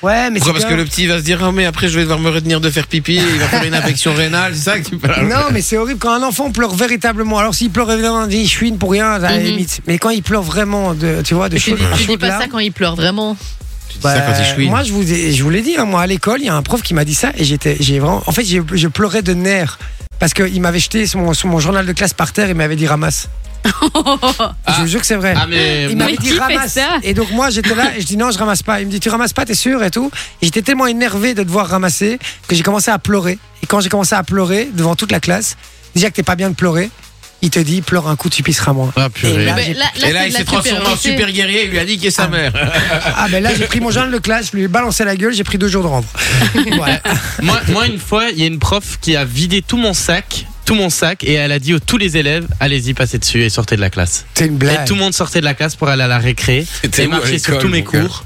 Ouais, Ah, mais c'est Pourquoi Parce que bien. le petit va se dire, oh mais après je vais devoir me retenir de faire pipi, il va faire une infection rénale, c'est ça que tu parles Non, mais c'est horrible quand un enfant pleure véritablement. Alors s'il pleure évidemment, on dit je suis une pour rien, à la Mhm. limite. Mais quand il pleure vraiment, de, tu vois, de Et tu chaude dis, tu dis chaude pas ça larme, quand il pleure, vraiment. Tu dis bah, ça quand il chouine. moi, je vous, ai- je vous l'ai dit, hein, moi, à l'école, il y a un prof qui m'a dit ça et j'étais, j'ai vraiment, en fait, j'ai- je pleurais de nerfs parce qu'il m'avait jeté sur mon, sur mon journal de classe par terre et m'avait dit ramasse. Je vous jure que c'est vrai. Ah mais Il m'a- m'avait Mais dit qui fait ramasse. ça Et donc moi j'étais là et je dis non je ramasse pas. Il me dit tu ramasses pas t'es sûr et tout. Et j'étais tellement énervé de devoir ramasser que j'ai commencé à pleurer. Et quand j'ai commencé à pleurer devant toute la classe, déjà que t'es pas bien de pleurer, il te dit pleure un coup tu pisseras moins. Ah, Et purée. là, Mais j'ai- Et là, c'est de il la s'est transformé en supériorité. super guerrier, il lui a dit qui est sa mère. Ah ben là j'ai pris mon jeune de classe, je lui ai balancé la gueule, j'ai pris deux jours de rentre. Voilà. moi, moi, une fois, il y a une prof qui a vidé tout mon sac, tout mon sac, et elle a dit à tous les élèves, allez-y, passez dessus et sortez de la classe. C'est une Et blague. tout le monde sortait de la classe pour aller à la récré. C'était et où à marcher sur l'école, tous mes mon gars cours.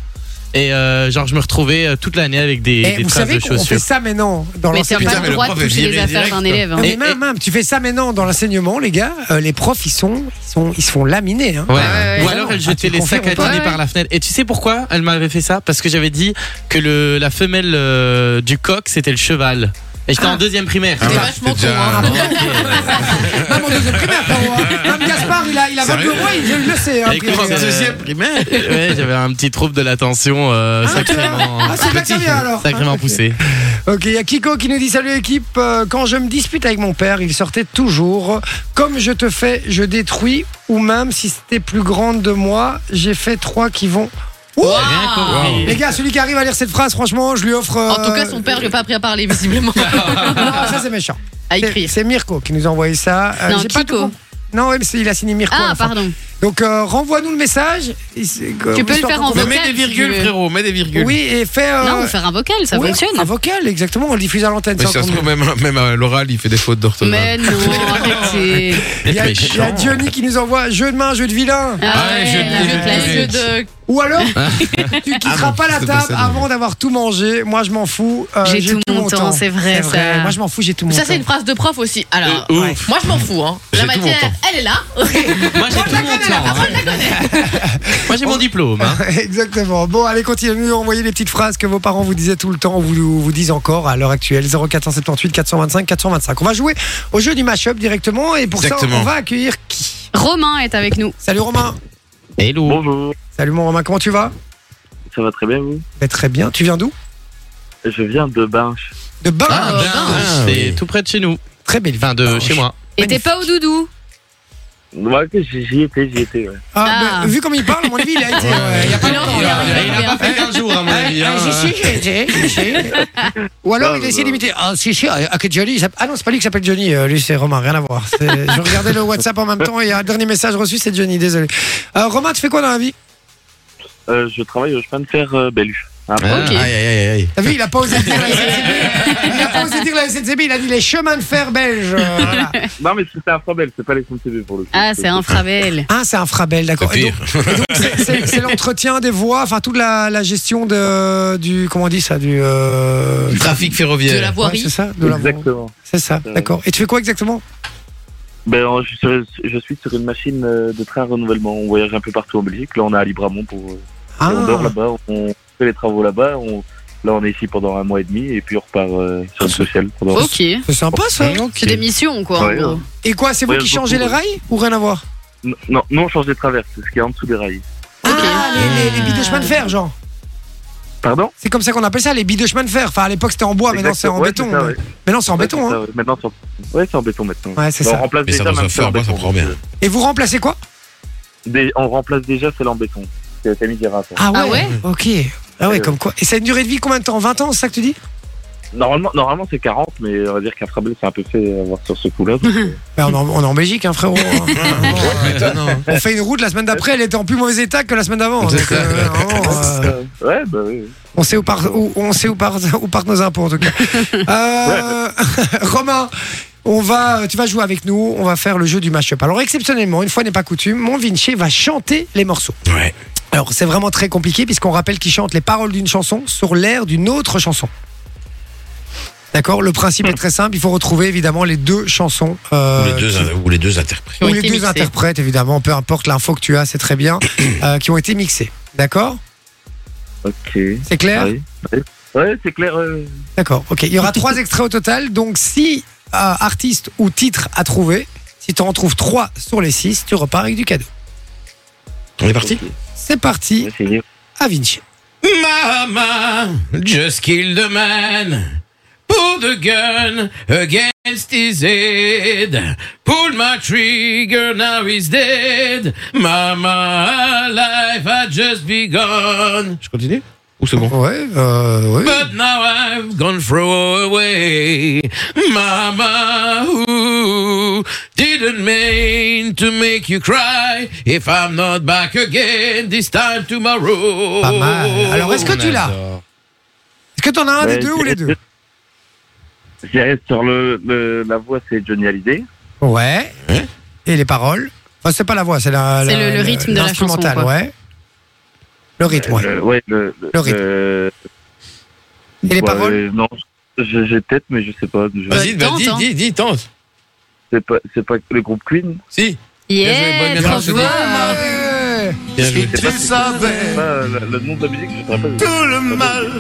Et euh, genre, je me retrouvais euh, toute l'année avec des, Et des Eh, vous traces savez de qu'on fait chaussures. ça maintenant dans Mais l'enseignement. t'as pas putain, mais le le droit de prof est toucher les viré affaires direct, d'un élève. hein. Non, mais Et- même, même, tu fais ça maintenant dans l'enseignement, les gars. euh, les profs, ils sont, ils sont, ils se font laminer. Hein. Ouais. ouais, Ou ouais. alors Ah, elle tu jetait les confirmes sacs à ou pas Ouais, dîner par la fenêtre. Et tu sais pourquoi elle m'avait fait ça Parce que j'avais dit que le, la femelle euh, du coq c'était le cheval. Et j'étais en deuxième primaire. T'es Ah, vachement con, c'était déjà- hein. Même en deuxième primaire, frérot, hein. Même Gaspard, il a, il a Sérieux 22 mois, il je le sais. hein, Et primaire. comment ça se Deuxième primaire ouais, j'avais un petit trouble de l'attention euh, Ah, sacrément, ah, c'est de là que ça vient, alors. Ah, sacrément poussé. Ok, il y a Kiko qui nous dit Salut équipe, euh, quand je me dispute avec mon père, il sortait toujours Comme je te fais, je détruis, ou même si c'était plus grande de moi, j'ai fait trois qui vont. Ouh Rien compris. Les gars, celui qui arrive à lire cette phrase, franchement, je lui offre. euh, Ah. En tout cas, son père lui a pas appris à parler, visiblement. Non, ça c'est méchant. À C'est écrire. c'est Mirko qui nous a envoyé ça. Euh, Non, j'ai pas Kiko. tout comp- Non, ouais, mais c'est- il a signé Mirko. à Ah, la fin. pardon. Donc euh, renvoie-nous le message. euh, Tu peux le faire en Mais vocal, mets des si virgules, tu veux. frérot, mets des virgules. Oui, et fais. euh, Non, faire un vocal, ça oui, fonctionne. Un vocal, exactement. On le diffuse à l'antenne. Mais c'est ça se encore trouve, même, même à l'oral, il fait des fautes d'orthographe. Mais non, arrêtez. mieux. Il y, a, il y a Johnny qui nous envoie jeu de main, jeu de vilain. Ah ouais, ouais, je- la vieux je- classique. Jeu de Ou alors, Ah tu quitteras Ah bon, pas la c'est pas table ça, non. avant d'avoir tout mangé. Moi, je m'en fous. euh, J'ai tout mon temps, c'est vrai, ça. Moi, je m'en fous, j'ai tout mon Ça, temps. c'est une phrase de prof aussi. Alors, Euh, ouais. moi, je m'en fous. Hein. La J'ai tout mon matière, temps. elle est là. Moi, j'ai tout mon temps. hein. Moi, j'ai mon diplôme. hein. Exactement. Bon, allez, continuez de nous envoyer les petites phrases que vos parents vous disaient tout le temps, vous, vous disent encore à l'heure actuelle. 0478 425 425. On va jouer au jeu du mashup directement et pour ça, Exactement. on va accueillir qui Romain est avec nous. Salut Romain. Hello. Bonjour, Salut mon Romain, comment tu vas ça va très bien vous Ben, Très bien. Tu viens d'où Je viens de Binche. De Bain. Ah, ben, Ah, c'est oui. tout près de chez nous. Très belle ville. Enfin, de chez moi. Et t'es pas au doudou Ouais, que j'y j'y étais, j'y étais, ouais. Ah, Ah. ben, vu comme il parle, à mon avis, il a été. Ouais. ouais, il y a pas Il a- longtemps, il a- là. il a- il a- pas fait un jour, à mon avis. Ah, si, si, j'ai- j'ai- j'ai- j'ai. Ou alors Ah, il essaie bah. d'imiter. Ah, si, si, ah, ah, que Johnny. il s'appelle- Ah non, c'est pas lui qui s'appelle Johnny, euh, lui c'est Romain, rien à voir. C'est- Je regardais le WhatsApp en même temps et un dernier message reçu, c'est Johnny, désolé. Euh, Romain, tu fais quoi dans la vie Euh, je travaille au chemin de fer euh, Bellu. Ah, Aïe, aïe, aïe, aïe. T'as vu, il a pas osé dire la SNCB. Il a pas osé dire la SNCB, il a dit les chemins de fer belges. euh, voilà. Non, mais c'était un Frabel, c'est pas les CMTV pour le coup. Ah, c'est un frabel. Ah, c'est un frabel, d'accord. C'est Et donc- et donc, c'est- C'est c'est l'entretien des voies, enfin toute la, la gestion de, du. Comment on dit ça Du. euh, Trafic de la ferroviaire. ouais, voirie. c'est ça de la- Exactement. C'est ça, d'accord. Et tu fais quoi exactement Ben, euh, je, suis sur- je suis sur une machine euh, de train à renouvellement. On voyage un peu partout en Belgique. Là, on est à Libramont pour. euh, Ah. et on dort là-bas, on fait les travaux là-bas. On... Là, on est ici pendant un mois et demi et puis on repart euh, sur le social. pendant- Ok. C'est sympa ça. C'est des missions, quoi. Ouais, en gros. Et quoi, c'est vous Ouais, qui beaucoup, changez les ouais. rails ou rien à voir Non, Non, nous, on change des traverses, c'est ce qui est en dessous des rails. Ah, les, les, les billes de chemin de fer, genre. Pardon C'est comme ça qu'on appelle ça, les billes de chemin de fer. Enfin, à l'époque c'était en bois, maintenant Oh, c'est en Ouais, béton. ça, ouais. Maintenant c'est en Ouais, béton. c'est Hein. ça, ouais. Maintenant, c'est en... ouais, c'est en béton maintenant. Bah, Ouais, c'est on ça. remplace Mais ça, déjà dans un même fer, en moi, ça béton. euh, prend bien. Et vous remplacez quoi Des- on remplace déjà celle en béton. C'est Camille Guérard. Ah Ah ouais Ok. Ah ouais, Euh. comme quoi. Et ça a une durée de vie combien de temps 20 ans, c'est ça que tu dis Normalement, normalement c'est 40, mais on va dire qu'un Frabel c'est un peu fait avoir sur ce coup-là. donc, euh, Bah, on, est en, on est en Belgique, hein, frérot. hein. Étonnant. on fait une route, la semaine d'après, elle était en plus mauvais état que la semaine d'avant. Donc, euh, vraiment, euh, euh, ouais, bah oui. on sait, où, part, où- on sait où, part- où partent nos impôts, en tout cas. Euh, Romain, on va, tu vas jouer avec nous, on va faire le jeu du match-up. Alors, exceptionnellement, une fois n'est pas coutume, mon Vinci va chanter les morceaux. Ouais. Alors, c'est vraiment très compliqué puisqu'on rappelle qu'il chante les paroles d'une chanson sur l'air d'une autre chanson. D'accord Le principe est très simple, il faut retrouver évidemment les deux chansons. euh, Ou les deux- Ou les deux interprètes. qui ont ou les été deux mixés. interprètes, évidemment, peu importe l'info que tu as, c'est très bien, euh, qui ont été mixés. D'accord Ok. C'est clair Ouais, ouais. Ouais, c'est clair. euh, D'accord, ok. Il y aura trois extraits au total. Donc, si euh, artiste ou titre à trouver, si tu en trouves trois sur les six, tu repars avec du cadeau. On est parti C'est parti, ouais, c'est bien. à Vinci. Mama, just kill the man. Pull the gun against his head. Pull my trigger, now he's dead. Mama, life had just begun. Je continue Ou c'est bon Ouais, euh, ouais. But now I've gone throw away. Mama, who didn't mean to make you cry. If I'm not back again, this time tomorrow. Pas mal. Alors, est-ce que tu l'as Est-ce que t'en as un des Ouais, deux ou les deux Je dirais sur le, le- la voix, c'est Johnny Hallyday. Ouais. Et les paroles Enfin, c'est pas la voix, c'est la, C'est la- le- le rythme de la l'instrumental, chanson, quoi. ouais. Le rythme, ouais. Euh, ouais, le, Le rythme. euh, Et les ouais, paroles euh, Non, je- j'ai tête, mais je sais pas. Je- Vas-y, Bah, bah, dis, tente, dis, dis, tente. C'est pas, c'est pas le groupe Queen. Si. joué, bonne Yeah, mémoire, trop c'est fort. Ouais. Bien joué. Je sais pas si- savais pas, euh, le, le nom de la musique, je ne sais pas. tout le mal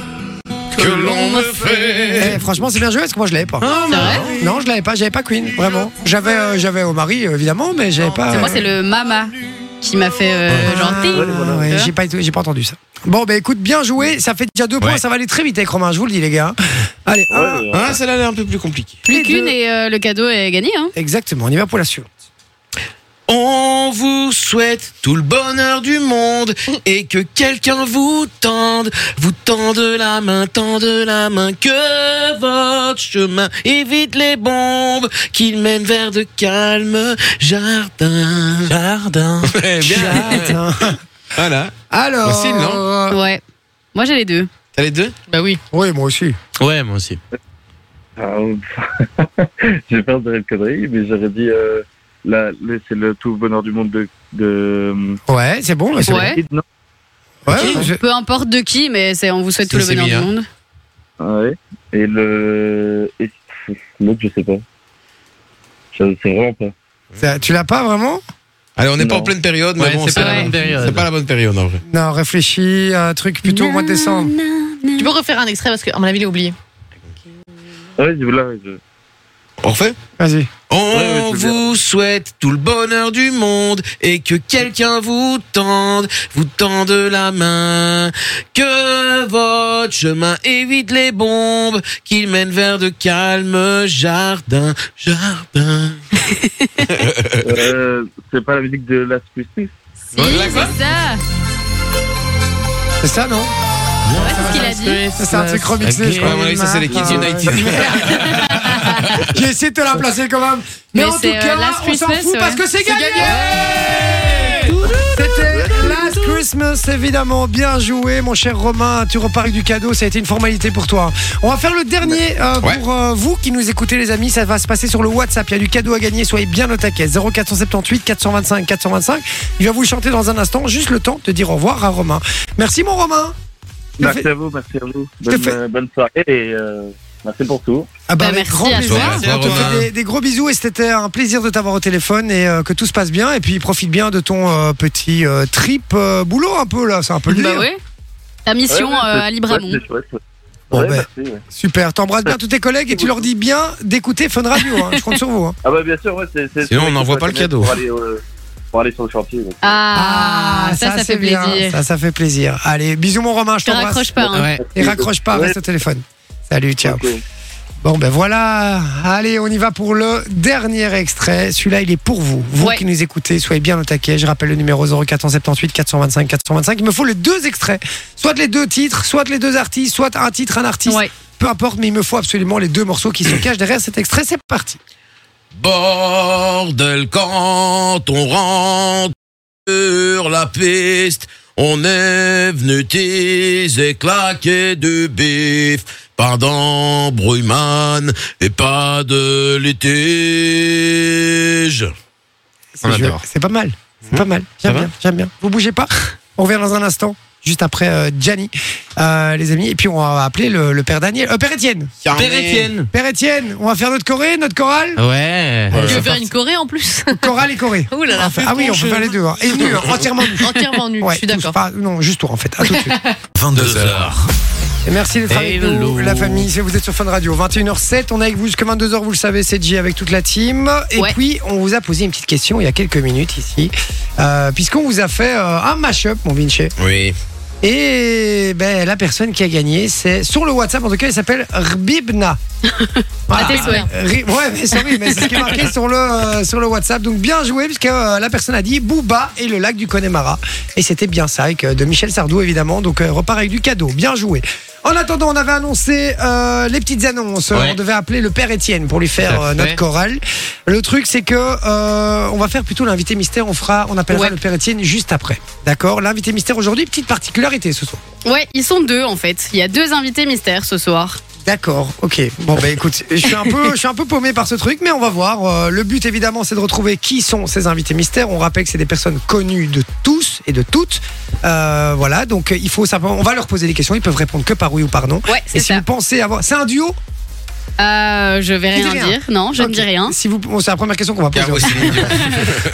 Que l'on me fait. Ah, Eh, franchement, c'est bien joué parce que moi je l'avais pas. C'est vrai Non, je l'avais pas, j'avais pas Queen, vraiment. J'avais euh, j'avais au mari évidemment, mais j'avais pas. Oh, C'est moi, euh, c'est le Mama qui m'a fait euh, ah, genre ting. ouais, j'ai pas été- j'ai pas entendu ça. Bon, bah écoute, bien joué, ça fait déjà deux points, Ouais. ça va aller très vite avec Romain, je vous le dis les gars. Allez, un, Ouais, Ah, celle-là, elle est un peu plus compliquée. Plus et deux. qu'une et euh, le cadeau est gagné. Hein. Exactement, on y va pour la suivante. On vous souhaite tout le bonheur du monde et que quelqu'un vous tende, vous tende la main, tende la main, que votre chemin évite les bombes, qu'il mène vers de calmes jardins. Jardin. Putain. Voilà. Alors. Facile, non euh, Ouais. Moi, j'ai les deux. T'as les deux Bah oui. Oui, moi aussi. Ouais, moi aussi. Ah, J'ai peur de dire une connerie, mais j'aurais dit euh, la- le- c'est le tout bonheur du monde de. de Ouais, c'est bon. bah, c'est Ouais. Kid, non bon. Ouais, je- Peu importe de qui, mais c'est on vous souhaite Ça, tout le c'est bonheur du bien. monde. Ah Ouais. Et le. et pff, L'autre, je sais pas. Je sais vraiment pas. ça- tu l'as pas vraiment Allez, on n'est pas Non. en pleine période, mais Ouais, bon, c'est pas ça- la bonne période. C'est pas la bonne période en vrai. Non, réfléchis à un truc plutôt au mois de décembre. Tu peux refaire un extrait parce que, à mon avis, il est oublié. Ah Ouais, je là, je... On refait Vas-y. On ouais, je veux bien. vous souhaite tout le bonheur du monde et que quelqu'un vous tende, vous tende la main, que votre chemin évite les bombes, qu'il mène vers de calmes jardins, jardins. Euh, c'est pas la musique de Last Christmas Si, Ouais, là, c'est quoi ça. C'est ça, non Ouais, c'est ce qu'il a dit. Ça, C'est un truc remixé, je Ouais, crois. à mon avis, ça, c'est les Kids Ah, ouais. United. J'ai essayé de te la placer quand même. Mais, Mais en tout c'est, euh, cas, Last on s'en Christmas, fout ouais. parce que c'est C'est gagné. gagné. C'était Last Christmas, évidemment. Bien joué, mon cher Romain. Tu repars avec du cadeau. Ça a été une formalité pour toi. On va faire le dernier euh, Ouais. pour euh, vous qui nous écoutez, les amis. Ça va se passer sur le WhatsApp. Il y a du cadeau à gagner. Soyez bien au taquet. 0478 425 425. Il va vous le chanter dans un instant. Juste le temps de dire au revoir à Romain. Merci, mon Romain. Je te Merci fais- à vous, merci à vous. Je te Bonne, fais- euh, bonne soirée et euh, merci pour tout. Ah Bah, avec merci grand à plaisir. toi. On te Merci, fait Romain. des, des gros bisous et c'était un plaisir de t'avoir au téléphone et euh, que tout se passe bien. Et puis profite bien de ton euh, petit euh, trip euh, boulot un peu là, c'est un peu le Bah dire. ouais. Ta mission Ouais, ouais, euh, c'est à Libramont. chouette, c'est chouette. Bon, Ouais, ben. merci, ouais. Super, t'embrasses bien tous tes collègues et tu leur dis bien d'écouter Fun Radio. hein. Je compte sur vous. hein. Ah bah bien sûr, ouais, c'est. c'est- Sinon, c'est on vrai n'envoie que pas le je la cadeau. connais Pour aller, euh, pour aller sur le chantier. donc. Ah, ça, ça, c'est fait bien. plaisir. Ça, ça fait plaisir. Allez, bisous mon Romain, je Je te t'embrasse. raccroche pas. hein. Ouais. Et raccroche pas, reste au téléphone. Salut, ciao. Ok. Bon ben voilà, allez on y va pour le dernier extrait. Celui-là il est pour vous. Vous Ouais. qui nous écoutez, soyez bien au taquet. Je rappelle le numéro 0478 425 425. Il me faut les deux extraits, soit les deux titres, soit les deux artistes, soit un titre, un artiste. Ouais. Peu importe, mais il me faut absolument les deux morceaux qui se cachent derrière cet extrait. C'est parti. Bordel, quand on rentre sur la piste, on est venu teaser, claquer du bif. Pas d'embrouillemane et pas de litige. C'est On joli. adore. C'est pas mal. C'est pas mal. J'aime va bien. J'aime bien. Vous bougez pas. On revient dans un instant. Juste après euh, Gianni, Euh, les amis. Et puis on va appeler le, le père Daniel, euh, père Étienne. Péretienne. Père Étienne, on va faire notre choré, notre chorale. Ah Ouais. Tu c'est veux faire parti. une Corée en plus Chorale et choré. Ouh là là. Ah, ah oui, on peut faire les deux. hein. Et nu, hein, entièrement nu. Entièrement nu, Ouais, je suis tous, d'accord. pas- non, juste toi en fait. À tout de suite. 22h. Et merci d'être avec Hello. nous, la famille. Si vous êtes sur Fun Radio, 21h07, on est avec vous jusqu'à 22h, vous le savez, c'est J avec toute la team. Et Ouais. puis, on vous a posé une petite question il y a quelques minutes ici, euh, puisqu'on vous a fait euh, un mash-up, mon Vinci. Oui. Et ben, la personne qui a gagné, c'est sur le WhatsApp, en tout cas, il s'appelle Rbibna. À tes souhaits. Ri- Ouais, mais sorry, mais c'est ce qui est marqué sur le, euh, sur le WhatsApp. Donc bien joué, puisque euh, la personne a dit Booba et le lac du Connemara. Et c'était bien ça, avec euh, de Michel Sardou évidemment. Donc euh, repart avec du cadeau. Bien joué. En attendant, on avait annoncé euh, les petites annonces. Ouais. On devait appeler le père Étienne pour lui Tout faire à euh, fait. notre chorale. Le truc, c'est que euh, on va faire plutôt l'invité mystère. On fera, on appellera Ouais. le père Étienne juste après. D'accord. L'invité mystère aujourd'hui, petite particularité ce soir. Ouais, ils sont deux en fait. Il y a deux invités mystères ce soir. D'accord, ok. Bon bah écoute, je suis un peu, je suis un peu paumé par ce truc, mais on va voir. Euh, le but évidemment, c'est de retrouver qui sont ces invités mystères. On rappelle que c'est des personnes connues de tous et de toutes. Euh, voilà, donc euh, il faut simplement, on va leur poser des questions. Ils peuvent répondre que par oui ou par non. Ouais, Et c'est si ça. vous pensez avoir, c'est un duo. Euh, je vais Tu dis rien rien. dire. Non, je ne Ok. dis rien. Si vous, bon, c'est la première question qu'on va poser. Car aussi.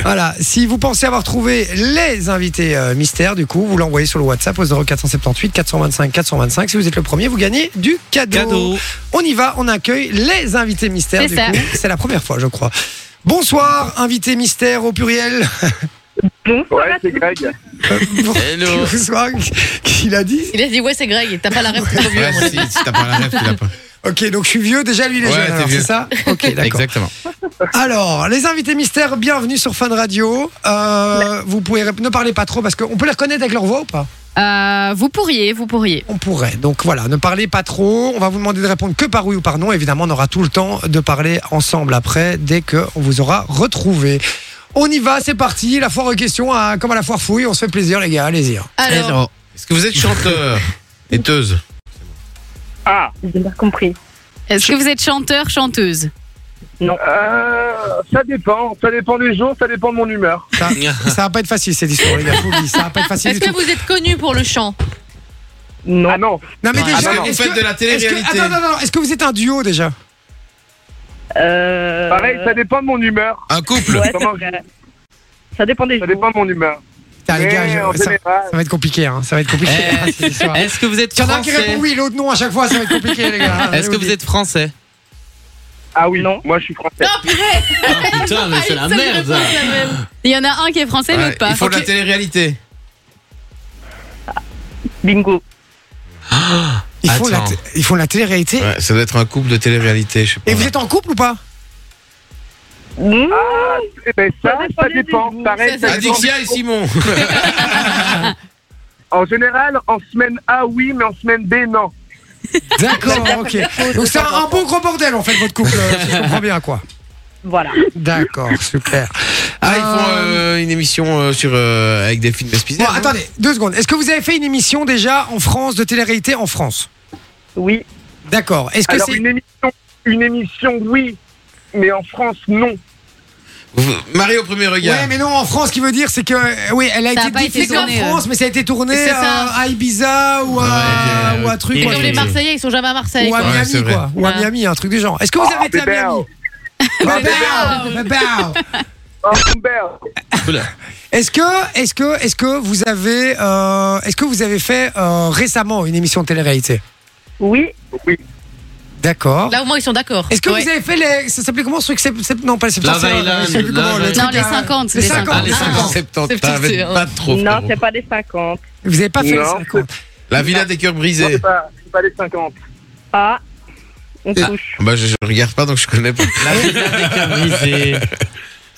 Voilà. Si vous pensez avoir trouvé les invités euh, mystères, du coup, vous l'envoyez sur le WhatsApp au 0478 425 425. Si vous êtes le premier, vous gagnez du Cadeau. On y va, on accueille les invités mystères. C'est du ça. coup. C'est la première fois, je crois. Bonsoir, invité mystère au pluriel. Ouais, c'est Greg. Euh, bon- Hello. Bonsoir, qu'il a dit Il a dit ouais c'est Greg, t'as pas la réponse. Ouais, si, si t'as pas la ref, tu l'as pas. Ok, donc je suis vieux, déjà lui il est Ouais, jeune, t'es alors, vieux. c'est ça Ok, d'accord. Exactement. Alors, les invités mystères, bienvenue sur Fun Radio. Euh, vous pouvez rép- ne parlez pas trop parce qu'on peut les reconnaître avec leur voix ou pas Euh, vous pourriez, vous pourriez. On pourrait. Donc voilà, ne parlez pas trop. On va vous demander de répondre que par oui ou par non. Évidemment, on aura tout le temps de parler ensemble après, dès que on vous aura retrouvé. On y va, c'est parti. La foire aux questions, hein, comme à la foire fouille, on se fait plaisir, les gars. Allez-y. hein. Alors, Eh Est-ce que vous êtes chanteur Éteuse Ah, J'ai bien compris. Est-ce que vous êtes chanteur, chanteuse Euh, ça dépend, ça dépend des jours, ça dépend de mon humeur. Ça, ça va pas être facile, cette histoire, les gars. Je vous le dis, ça va pas être facile est-ce du que tout. vous êtes connu pour le chant Non. Ah non, Non, mais Ah, déjà, non, non, vous est-ce faites que- de la est-ce que- télé-réalité. Attends, non, non, est-ce que vous êtes un duo déjà Euh, pareil, ça dépend de mon humeur. Un couple ouais, c'est Comment- vrai. Ça dépend des Ça jours. dépend de mon humeur. Putain, les gars, Mais je- en ça, général, ça va être compliqué. hein, ça va être compliqué. Eh, cette histoire. Est-ce que vous êtes Il y en a un qui français répond oui, l'autre non à chaque fois, ça va être compliqué, les gars. Est-ce que vous êtes français ah oui, Non. moi je suis français. Non, purée Ah putain, mais c'est la Une seule merde réponse, la même. Il y en a un qui est français, Ouais, l'autre pas. Il faut de la télé-réalité. Bingo. Ils font, la, Ah, Attends. t- ils font la télé-réalité. Ouais, ça doit être un couple de télé-réalité, je sais pas. Et vous êtes en couple ou pas Mmh. Eh ben, ça, Ça dépend ça des dépend. jours. Pareil, Ça, ça ça dépend. Adixia et Simon. En général, en semaine A, oui, mais en semaine B, non. D'accord, ok. Donc c'est un, un bon gros bordel en fait votre couple, euh, si je comprends bien quoi. Voilà. D'accord, super. Ah, ils Euh, font euh, une émission euh, sur, euh, avec des films Bon, espionnés. attendez, deux secondes. Est-ce que vous avez fait une émission déjà en France de télé-réalité en France Oui. D'accord. Est-ce que Alors c'est une émission, une émission, oui, mais en France, non. Marie au premier regard. Ouais, mais non, en France, ce qui veut dire, c'est que euh, oui, elle a Ça a été pas été diffusée en tourné, euh. France, mais ça a été tourné C'est ça. euh, à Ibiza ou à, Ouais, ou à un truc, et- C'est ou à- comme les Marseillais, ils sont jamais à Marseille. ou à quoi. Ouais, c'est Miami, vrai. quoi. Ou à Ouais. Miami, un truc du genre. Est-ce que vous Oh, avez été à bébé. Miami Bah, Bébé, bébé. Oh, Humbert. Est-ce que, est-ce que, est-ce que vous avez, euh, est-ce que vous avez fait euh, récemment une émission de télé-réalité Oui. Oui. D'accord. Là, au moins, ils sont d'accord. Est-ce que Ouais. vous avez fait les, ça s'appelait comment ce truc c'est, c'est- Non, pas les 70, Love c'est- Island, je sais plus Love comment, le Island. truc, Non, les euh, 50, les les 50. Ah, les 50. 70, C'est fixé, hein. pas trop. Non, frérot. c'est pas des 50. Vous n'avez pas fait les Non. 50. La villa des cœurs Non, brisés. c'est pas, c'est pas les 50. Ah, on Ah. touche. Bah, je, je regarde pas donc je connais pas. Brisé.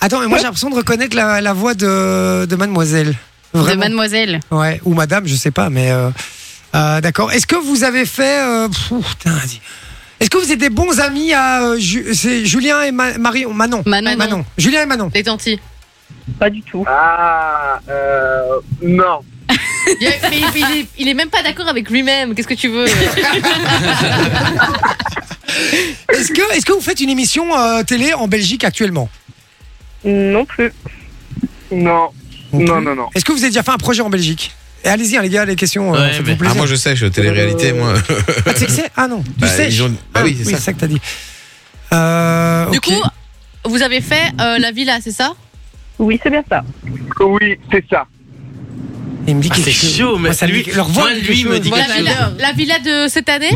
Attends, mais moi j'ai l'impression de reconnaître la, la voix de, de Mademoiselle. De Vraiment. mademoiselle. ouais, ou Madame, je sais pas, mais euh, euh, d'accord. Est-ce que vous avez fait euh, pff, putain, dis- Est-ce que vous êtes des bons amis à euh, Ju- c'est Julien et Ma- Marion Manon. Manon. Manon. Julien et Manon. Les tantis. Pas du tout. Ah, euh, non. Il est- mais il, il est, il est même pas d'accord avec lui-même. Qu'est-ce que tu veux Est-ce que, est-ce que vous faites une émission euh, télé en Belgique actuellement Non plus. Non, non, non, non. Est-ce que vous avez déjà fait un projet en Belgique Et allez-y, hein, les gars, les questions. euh, Ouais, faites-vous mais- Ah, plaisir. moi je sais, je suis aux télé-réalité, moi. Ah, tu sais que c'est Ah non, tu Bah, sais. ils ont- Bah oui, Ah, c'est oui, ça. c'est ça que t'as dit. Euh, Du ok. coup, vous avez fait euh, la villa, c'est ça Oui, c'est bien ça. Oh Oui, c'est ça. il me dit Ah, quelque c'est chose. chaud, mais Moi, ça me lui- dit- leur voix moi, me dit lui quelque me chose. dit- la je- villa, la villa de cette année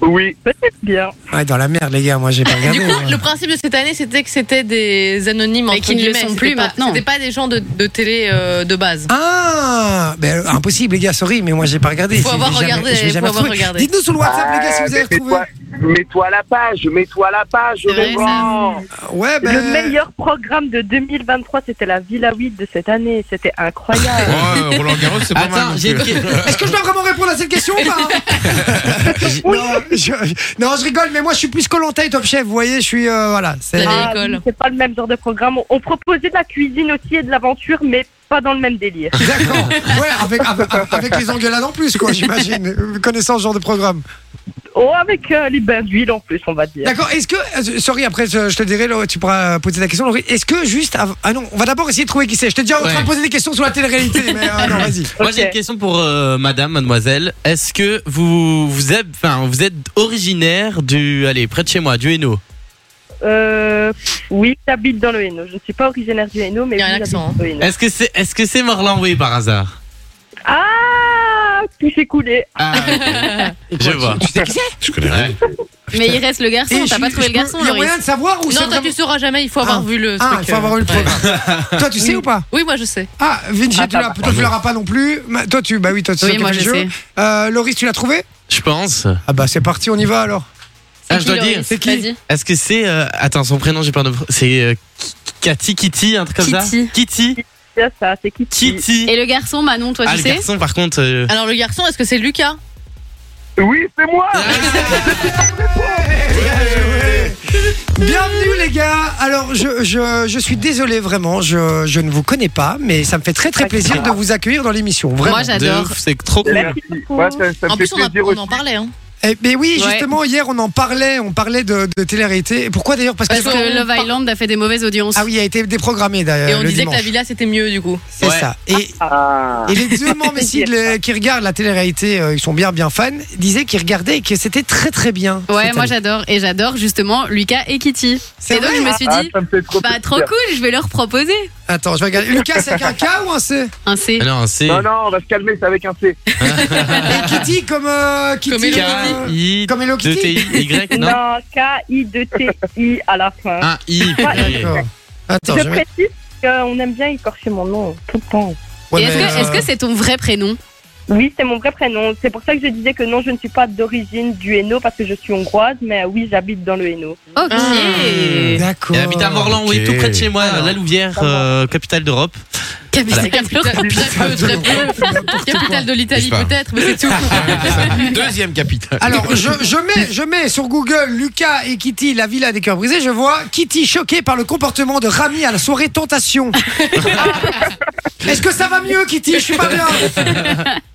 Oui, Peut-être bien. Ouais, dans la merde, les gars, moi j'ai pas regardé. Du coup, moi. le principe de cette année, c'était que c'était des anonymes Mais entre qui ne le guillemets. sont C'était plus pas- maintenant. C'était pas des gens de, de télé euh, de base. Ah, ben, euh, impossible les gars, sorry, mais moi j'ai pas regardé. Faut Je vais avoir jamais- regardé, je vais faut jamais avoir retrouver. regardé. Dites-nous sur le WhatsApp les gars si vous avez Ah, retrouvé. Mets-toi mets-toi à la page, mets-toi à la page, C'est vrai, Laurent. Ouais, ben. Le meilleur programme de 2023, c'était la Villa 8 de cette année. C'était incroyable. Ouais, Roland Garros, c'est pas mal. euh. Attends, j'ai une question. Est-ce que je dois vraiment répondre à cette question ou pas non, je, non, je rigole, mais moi je suis plus Colanta et Top Chef, vous voyez, je suis. euh, voilà. c'est- Vous avez- Ah, l'école. oui, c'est pas le même genre de programme. On- On proposait de la cuisine aussi et de l'aventure, mais pas dans le même délire. D'accord. Ouais, avec, avec, avec les engueulades en plus, quoi, j'imagine, euh, connaissant ce genre de programme. Oh, avec euh, les bains d'huile en plus, on va dire. D'accord, est-ce que. euh, Sorry, après je je te dirai, Laurie, tu pourras poser ta question, Laurie. Est-ce que juste. av- Ah non, on va d'abord essayer de trouver qui c'est. Je t'ai déjà en train Ouais. de poser des questions sur la télé-réalité, mais euh, non, vas-y. Moi Ok. j'ai une question pour euh, madame, mademoiselle. Est-ce que vous, vous, êtes, enfin, vous êtes originaire du. Allez, près de chez moi, du Hainaut Euh, oui, j'habite dans le Hainaut. Je ne suis pas originaire du Hainaut, mais Il y a oui, un j'habite accent, hein. dans le Hainaut. Est-ce que c'est est -ce c'est Morlan Oui, par hasard Ah, tout s'est coulé. Ah, ok. je vois. Tu sais qui c'est Je connais rien. Mais il reste le garçon, Et je t'as pas suis- trouvé je le peux- garçon, Il y a Loris. moyen de savoir ou Non, c'est toi, vraiment- tu sauras jamais. Il faut avoir Ah. vu le. Ah, truc, il faut avoir euh, eu le ouais. programme. Toi, tu sais ou pas Oui, moi, je sais. Ah, Vinci, Ah, tu l'as- pardon. toi, tu l'auras pas non plus. Ma- Toi, tu. Bah oui, toi, tu Oui, sais moi, quel je jeu. sais. Euh, Loris, tu l'as trouvé Je pense. Ah bah c'est parti, on y va alors. Ah, je dois dire. C'est qui Est-ce que c'est. euh, attends, son prénom, j'ai peur de. C'est euh, Ki- Cathy, Kitty, un truc comme Kitty. ça Kitty. C'est ça, c'est qui Kitty. Et le garçon, Manon, toi, ah, tu le sais Ah, garçon, par contre. euh, Alors le garçon, est-ce que c'est Lucas Oui, c'est moi Ah, Bienvenue les gars. Alors je, je, je suis désolé vraiment, je, je ne vous connais pas, mais ça me fait très très plaisir de vous accueillir dans l'émission. Vraiment. Moi, j'adore. de ouf, C'est trop cool. Merci. Ouais, ça, ça me En fait plus, on, a- plaisir on aussi. en parlait. Hein. Eh, mais oui, Ouais. justement hier on en parlait, on parlait de, de télé-réalité. Et Pourquoi d'ailleurs Parce que Parce que Love Island a fait des mauvaises audiences. ah oui, a été déprogrammé Et d'ailleurs on le disait que la dimanche. villa, c'était mieux du coup. C'est Ouais. ça. Et, Ah. et les deux membres ici de les- qui regardent la télé-réalité, euh, ils sont bien bien fans, disaient qu'ils regardaient et que c'était très très bien. Ouais, cette moi année. j'adore. Et j'adore justement Lucas et Kitty. C'est Et donc vrai je me suis Ah, dit, ça me fait trop bah plaisir. trop cool, je vais leur proposer Attends, je vais regarder. Lucas, c'est avec un K ou un C un C. Ah Non, c'est. Non, non, on va se calmer, c'est avec un C. Et Kitty comme euh, Kitty. Comme Hello euh, K-I. Comme Hello De Kitty. T-I-Y, non Non, K-I-D-T-I à la fin. Un I. Ouais. D'accord. Attends, je je vais- précise qu'on aime bien écorcher mon nom tout le temps. Ouais, Et est-ce mais, que- est-ce euh, que c'est ton vrai prénom Oui, c'est mon vrai prénom. C'est pour ça que je disais que non, je ne suis pas d'origine du Hainaut parce que je suis hongroise, mais oui, j'habite dans le Hainaut. Ok. Ah. D'accord. Elle hmm. habite à Morlan, oui, Ok. tout près de chez moi, à la Louvière, euh, capitale d'Europe. Capitaine Flo. Capitale Putain, de- capitale de l'Italie Je sais pas. Ah. peut-être, mais c'est tout. Deuxième capitale. Alors, je, je mets, je mets sur Google Lucas et Kitty, la villa des cœurs brisés. Je vois Kitty choquée par le comportement de Rami à la soirée Tentation. Est-ce que ça va mieux, Kitty Je suis pas bien.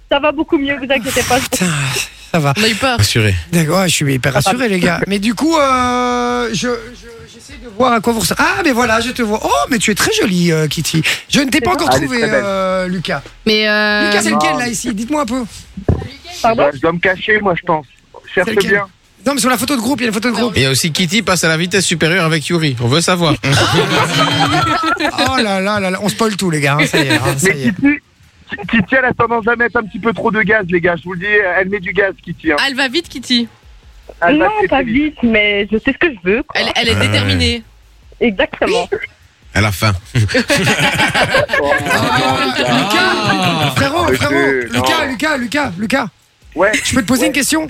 Ça va beaucoup mieux, vous inquiétez pas. Putain, ça va. On a eu peur. Assuré. D'accord, ouais, je suis hyper rassuré, les gars. Mais du coup, euh, je. je- J'essaie de voir à quoi vous ressemblez. Ah, mais voilà, je te vois. Oh, mais tu es très jolie, euh, Kitty. Je ne t'ai pas encore Ah, elle est trouvé, très belle. euh, Lucas. Mais euh, Lucas, c'est lequel, non. là, ici Dites-moi un peu. Pardon Bah, je dois me cacher, moi, je pense. Cherche Quelqu'un. bien. Non, mais sur la photo de groupe, il y a une photo de groupe. Et il y a aussi Kitty passe à la vitesse supérieure avec Yuri. On veut savoir. Oh là là là là, on spoil tout, les gars. hein, ça y est, hein, ça Mais y est. Kitty, Kitty, elle a tendance à mettre un petit peu trop de gaz, les gars. Je vous le dis, elle met du gaz, Kitty. hein. Ah, Elle va vite, Kitty. Elle va Non, très, très pas vite. bah, vite, mais je sais ce que je veux. quoi. Elle, elle est Ouais. déterminée. Exactement. À la fin. Ah, Lucas, Ah. frérot, Monsieur, frérot, non. Lucas, Lucas, Lucas, Lucas, Ouais, je peux te poser Ouais. une question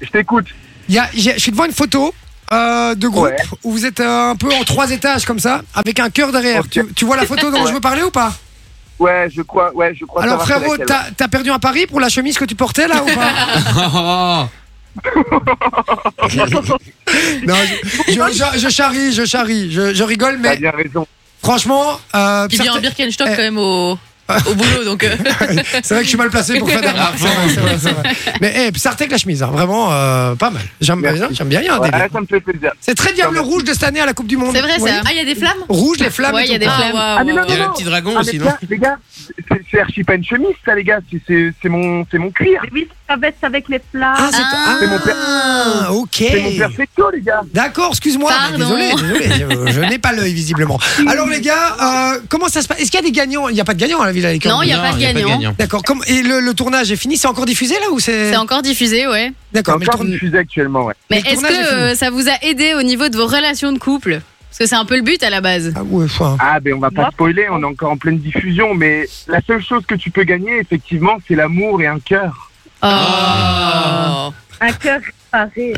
je t'écoute. Il y a- j'ai- Je suis devant une photo euh, de groupe Ouais. où vous êtes euh, un peu en trois étages comme ça, avec un cœur derrière. Ok. Tu, tu vois la photo dont Ouais. je veux parler ou pas Ouais, je crois, ouais, je crois. Alors savoir frérot, laquelle. t'as t'as perdu un pari pour la chemise que tu portais là ou pas Oh, Non, je, je- je- je charrie, je charrie, je, je rigole, T'as mais bien raison. franchement, euh, Qui vient en certains- Birkenstock Eh. quand même au, au boulot. Donc, euh, Ah, c'est vrai que je suis mal placé pour faire de la remarque, c'est vrai, c'est vrai, c'est vrai. Mais eh, Sartek la chemise, hein, vraiment euh, pas mal. J'aime Merci. j'aime bien, il y a un Ouais, délire. ça me fait plaisir. C'est très diable rouge de cette année à la Coupe du Monde. c'est vrai Ouais. ça. Ah, il y a des flammes Rouge, les flammes. Ouais, et il y a tout. des ah, flammes. waouh, Ah, mais waouh, non, Il y a non, le non. petit dragon Ah, mais aussi, non tiens, les gars, c'est- c'est archi pas une chemise, ça, les gars. C'est- C'est c'est mon, c'est mon cuir. Oui, ça va être avec les Ah, plats. c'est Ah. C'est mon père. Ah, ok. C'est mon perfecto, les gars. D'accord, excuse-moi. mais Pardon. Désolé, désolé, je, je n'ai pas l'œil visiblement. Alors les gars, euh, comment ça se passe Est-ce qu'il y a des gagnants Il n'y a pas de gagnants à la Villa des Corbeaux. Non, il y a pas de gagnant. D'accord. comme- Et le, le tournage est fini C'est encore diffusé là ou c'est C'est encore diffusé, ouais. D'accord. Mais le Encore tourn- une fusée actuellement, ouais. Mais Mais le est-ce tournage est que fini. euh, ça vous a aidé au niveau de vos relations de couple Parce que c'est un peu le but à la base. Ah ouais, enfin, Ah, ben on va pas Moi, spoiler, on est encore en pleine diffusion, mais la seule chose que tu peux gagner, effectivement, c'est l'amour et un cœur. Ah. Oh. Un cœur réparé.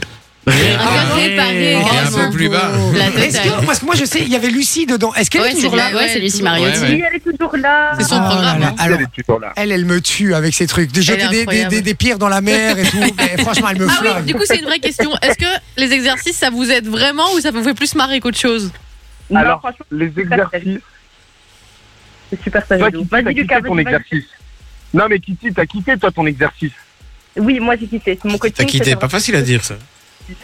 Encore réparé, Et un carrément. peu plus Ah. bas. La totale. Est-ce que parce que moi je sais, il y avait Lucie dedans. Est-ce qu'elle Ouais, est c'est toujours de la- là ouais, c'est Lucie Mariotti. Ouais. Oui, elle est toujours là. C'est son Oh là programme. là. hein. Alors, Elle est toujours là. elle, elle me tue avec ces trucs. De jeter des, des, incroyable. des- des pierres dans la mer et tout. Mais franchement, elle me Ah flingue. oui, du coup, c'est une vraie question. Est-ce que les exercices, ça vous aide vraiment ou ça vous fait plus marrer qu'autre chose Non, Alors, franchement, Les exercices. c'est super Toi, sérieux. Kitty, t'as Vas-y, Lucas, kiffé ton vas-y, vas-y. exercice. Non, mais Kitty, t'as kiffé, toi, ton exercice. Oui, moi j'ai quitté. C'est mon coaching. T'as quitté, c'est pas facile à dire ça.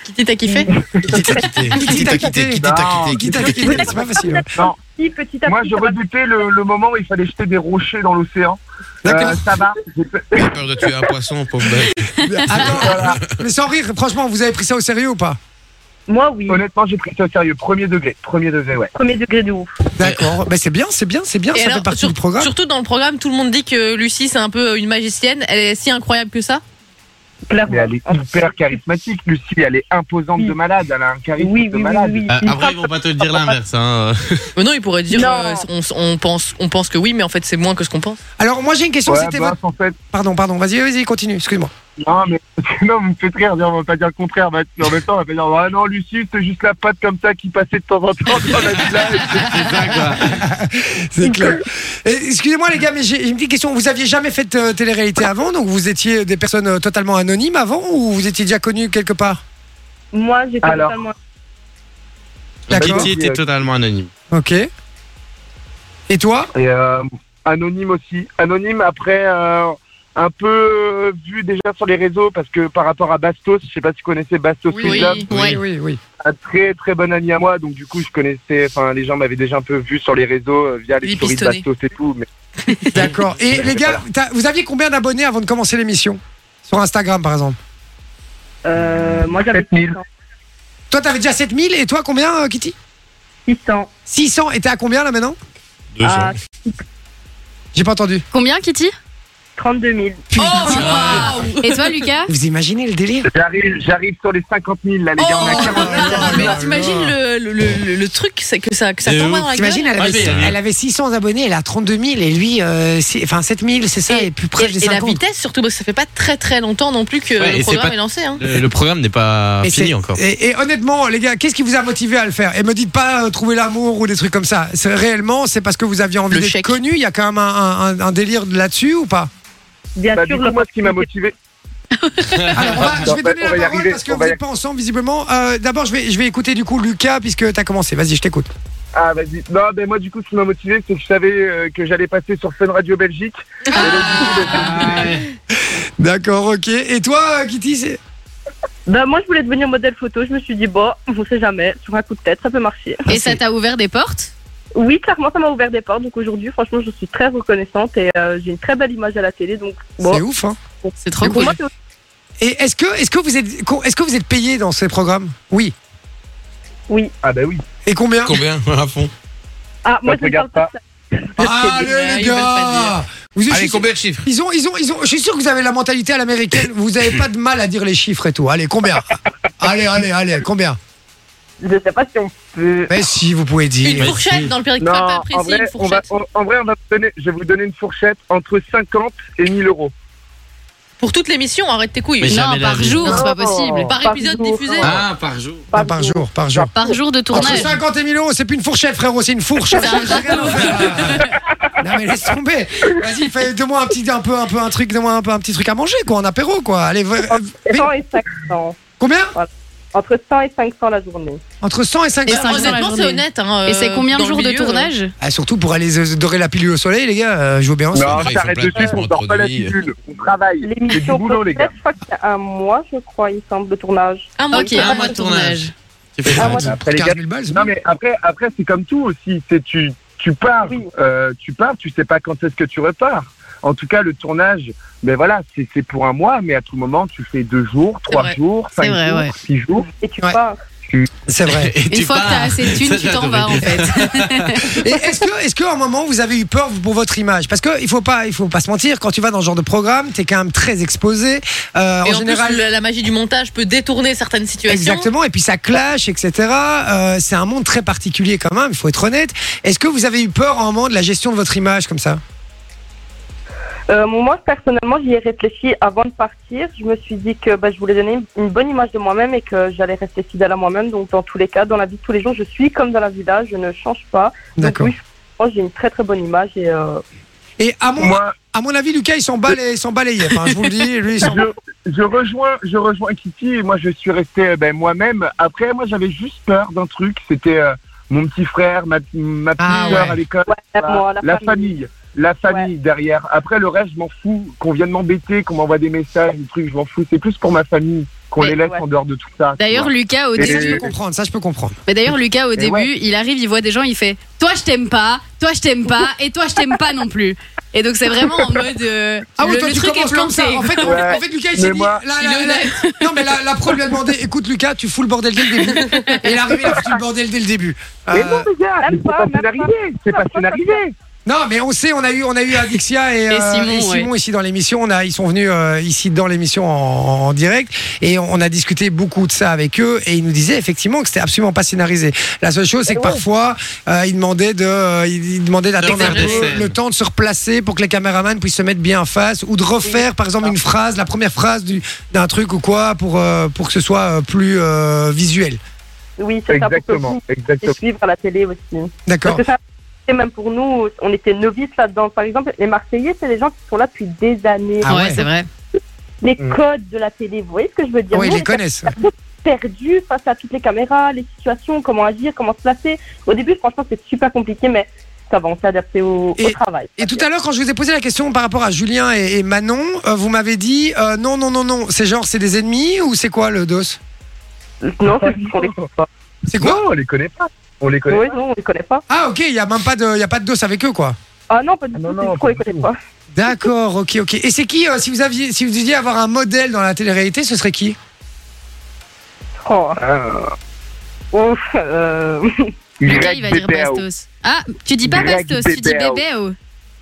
Kitty, t'as kiffé Kitty t'a quitté. Ah, Kitty t'a quitté. Kitty t'a quitté. Qui t'a quitté C'est pas facile. petit, petit à Moi, petit, je ça va redoutais le, le moment où il fallait jeter des rochers dans l'océan. Euh, ça va. J'ai pe- J'ai peur de tuer un poisson, pauvre bête. Attends, mais sans rire, franchement, vous avez pris ça au sérieux ou pas Moi, oui. Honnêtement, j'ai pris ça au sérieux. Premier degré. Premier degré, ouais. Premier degré de ouf. D'accord, bah, c'est bien, c'est bien, c'est bien, Euh, Et ça alors, fait partie sur- du programme. Surtout dans le programme, tout le monde dit que Lucie, c'est un peu une magicienne. Elle est si incroyable que ça. Mais Clairement. elle est hyper charismatique, Lucie. Elle est imposante de malade. Elle a un charisme Oui, oui, de oui, malade. oui. Ah, Après, ils vont pas te le dire l'inverse. Hein. Mais non, il pourrait dire Non. euh, on, on pense, on pense que oui, mais en fait, c'est moins que ce qu'on pense. Alors, moi j'ai une question, Ouais, c'était bah, votre. en fait, Pardon, pardon, vas-y, vas-y, continue, excuse-moi. Non, mais non, vous me faites rire, on va pas dire le contraire. mais en même temps, on va pas dire Ah non, Lucie, c'est juste la patte comme ça qui passait de temps en temps dans la village. C'est clair. Et Excusez-moi les gars, mais j'ai j'ai une petite question. Vous aviez jamais fait de euh, télé-réalité avant, donc vous étiez des personnes euh, totalement anonymes avant ou vous étiez déjà connues quelque part Moi, j'étais Alors. totalement. D'accord. Kitty était totalement anonyme. Ok. Et toi Et euh, anonyme aussi. Anonyme après euh, un peu euh, vu déjà sur les réseaux parce que par rapport à Bastos, je sais pas si vous connaissez Bastos Oui, Freedom. oui, oui, oui. Un très très bon ami à moi, donc du coup je connaissais, enfin les gens m'avaient déjà un peu vu sur les réseaux euh, via les Il est stories de pistonné. Bastos et tout. Mais D'accord. Et les gars, t'as- vous aviez combien d'abonnés avant de commencer l'émission Sur Instagram par exemple Euh, Moi, j'avais 7000. Toi, t'avais déjà 7000 et toi combien, euh, Kitty 600. 600 et t'es à combien là maintenant Ah, J'ai pas entendu. Combien, Kitty Oh, 32 000. Et toi, Lucas Vous imaginez le délire J'arrive, j'arrive sur les 50 000 là, les gars, on Oh. a 40 000. Mais t'imagines le, le, le, le truc, c'est que ça, que ça De tombe ouf. dans la gueule. T'imagines, elle, Ah, avait- elle avait 600 abonnés, elle a 32 000 et lui, euh, six- enfin 7 000, c'est ça, et, plus proche des Et la 50. vitesse, surtout, parce que ça fait pas très très longtemps non plus que Ouais, et le c'est programme pas- est lancé. Hein. Le, le programme n'est pas Et fini c'est- encore. Et, et honnêtement, les gars, qu'est-ce qui vous a motivé à le faire Et me dites pas euh, trouver l'amour ou des trucs comme ça. C'est réellement, c'est parce que vous aviez envie d'être connu. Il y a quand même un, un- un délire là-dessus ou pas Bien Bah, du coup, moi, ce qui m'a motivé. Alors, on va- Ah, je On vais va- donner on va y la parole arriver, parce que on vous va y- n'êtes pas ensemble visiblement. Euh, D'abord, je vais, je vais écouter du coup Lucas puisque t'as commencé. Vas-y, je t'écoute. Ah, vas-y. Non, ben moi, du coup, ce qui m'a motivé, c'est que je savais euh, que j'allais passer sur Fun Radio Belgique. Ah, D'accord, ok. Et toi, euh, Kitty c'est- Bah, moi, je voulais devenir modèle photo. Je me suis dit, bon, on sait jamais. Sur un coup de tête, ça peut marcher. Et ça t'a ouvert des portes Oui, clairement, ça m'a ouvert des portes. Donc aujourd'hui, franchement, je suis très reconnaissante et euh, j'ai une très belle image à la télé. Donc, bon. C'est ouf, hein C'est trop cool. Et est-ce que, est-ce que vous êtes, est-ce que vous êtes payé dans ces programmes Oui. Oui. Ah bah oui. Et combien Combien à fond Ah, moi, moi, Ça te je ne regarde pas. Ah, Allez, Ah, les gars Vous êtes- Allez, combien de chiffres Ils ont, ils ont, ils ont. Je suis sûr que vous avez la mentalité à l'américaine. Vous avez pas de mal à dire les chiffres et tout. Allez, combien Allez, allez, allez, combien Je sais pas si on peut. Oh, Mais si, vous pouvez dire. Une fourchette dans le périple Non, pas en précis, vrai, une on va, fourchette. on- en vrai, on va vous donner, je vais vous donner une fourchette entre 50 et 1000 euros. Pour toute l'émission, arrête tes couilles. Mais jamais la vie. Non, Par, par épisode jour, diffusé. non. Ah, par jour. Ah, par jour, par jour. Par jour de tournage. Entre 50 et 1000 euros, c'est plus une fourchette, frérot, c'est une fourche. C'est un râteau. non mais laisse tomber. Vas-y, fais, donne-moi un petit, un peu, un peu un truc, donne-moi un peu un petit truc à manger, quoi, un apéro, quoi. Allez, va- mais- 100 et 500. Combien Entre 100 et 500 la journée. entre 100 et Et 500. 500 la Honnêtement, c'est journée. honnête, hein, Et c'est combien de dans le jours de milieu, tournage Ah, surtout pour aller euh, dorer la pilule au soleil, les gars. euh, je veux bien. Non, ensemble. j'arrête de suite, on sort pas la pilule. On travaille. C'est du L'émission boulot, les complète, gars. je crois que c'est un mois, je crois, il me semble, de tournage. Un mois, Ok, un mois de tournage. Ah, ouais, après, les 15 gars- 000 balles, c'est non, mais après, après c'est comme tout aussi. C'est tu, tu pars, euh, tu pars, tu sais pas quand est-ce que tu repars. En tout cas, le tournage, ben voilà, c'est c'est pour un mois, mais à tout moment, tu fais deux jours, trois vrai. jours, C'est cinq vrai, jours, ouais. six jours. Et tu pars. C'est vrai. Une fois que Ah. t'as assez de thunes, tu t'en vas en fait. Et est-ce que, est-ce que, à un moment, vous avez eu peur pour votre image Parce que il faut pas, il faut pas se mentir. Quand tu vas dans ce genre de programme, t'es quand même très exposé. Euh, Et en en, général, plus, la, la magie du montage peut détourner certaines situations. Exactement, et puis ça clash, etc. Euh, c'est un monde très particulier quand même, il faut être honnête. Est-ce que vous avez eu peur en moment de la gestion de votre image comme ça Euh, moi, personnellement, j'y ai réfléchi avant de partir. Je me suis dit que bah, je voulais donner une bonne image de moi-même et que j'allais rester fidèle à moi-même. Donc, dans tous les cas, dans la vie de tous les jours, je suis comme dans la vie là, je ne change pas. Donc, D'accord. oui, moi, j'ai une très très bonne image et. euh, Et à mon, Moi- à mon avis, Lucas, il s'en bat les, il s'en bat les yeux, hein, je vous le dis, lui, il s'en je, je rejoins, je rejoins Kitty. et Moi, je suis resté ben, moi-même. Après, moi, j'avais juste peur d'un truc. C'était euh, mon petit frère, ma, ma petite Ah, sœur ouais. à l'école, moi, la famille. La famille derrière. Après, le reste, je m'en fous. Qu'on vienne m'embêter, qu'on m'envoie des messages, des trucs, je m'en fous. C'est plus pour ma famille qu'on Mais- les laisse ouais. en dehors de tout ça. tu D'ailleurs, vois. Lucas, au Et- Ça, je peux début. comprendre, ça, je peux comprendre. Mais d'ailleurs, Lucas, au Et début, ouais. il arrive, il voit des gens, il fait Toi, je t'aime pas, toi, je t'aime pas, et toi, je t'aime pas non plus. Et donc, c'est vraiment en mode. euh, Ah oui, le, toi, le tu truc est commences comme ça. planté. En fait, en- Ouais. en fait, Lucas, Mais il s'est dit. moi- là, Il là, est là, honnête. non, mais la, la pro lui a demandé écoute, Lucas, tu fous le bordel dès le début. Et il est arrivé, il a foutu le bordel dès le début. Mais Euh, non, les gars, mais c'est pas scénarisé. C'est pas scénarisé. Non, mais on sait, on a eu, on a eu Adixia et, Et euh, Simon, et ouais. ici dans l'émission. On a, ils sont venus euh, ici dans l'émission en, en direct et on a discuté beaucoup de ça avec eux et ils nous disaient effectivement que c'était absolument pas scénarisé. La seule chose, c'est que parfois euh, ils demandaient de, euh, ils ils demandaient d'attendre un faire des peu scènes. le temps de se replacer pour que les caméramans puissent se mettre bien en face ou de refaire par exemple une phrase, la première phrase du- d'un truc ou quoi pour euh, pour que ce soit euh, plus euh, visuel. Oui, c'est ça pour que Exactement, vous exactement. puissiez suivre à la télé aussi. D'accord. Parce que ça, c'est même pour nous, on était novices là-dedans. Par exemple, les Marseillais, c'est des gens qui sont là depuis des années. Ah ouais, Ouais. c'est vrai. Les Mm. codes de la télé, vous voyez ce que je veux dire Ouais, ils Nous, on les était connaissent. Perdus face à toutes les caméras, les situations, comment agir, comment se placer. Au début, franchement, c'est super compliqué, mais ça va, on s'est adapté au, au travail. Et tout à l'heure, quand je vous ai posé la question par rapport à Julien et, et Manon, euh, vous m'avez dit euh, non, non, non, non. C'est genre, c'est des ennemis ou c'est quoi le dos Non, c'est qu'on les connaît pas. C'est quoi Non, on les connaît pas. On les connaît Oui, pas. non, on les connaît pas. Ah, ok, il n'y a même pas de, il y a pas de dos avec eux, quoi. Ah non, pas du tout, c'est juste qu'on les connaît pas. D'accord, ok, ok. Et c'est qui, euh, si vous aviez, si vous deviez avoir un modèle dans la télé-réalité, ce serait qui Oh. Oh. Ouf, Le gars, il va dire Bastos. Ah, tu dis pas Greg Bastos, tu dis Bébéo.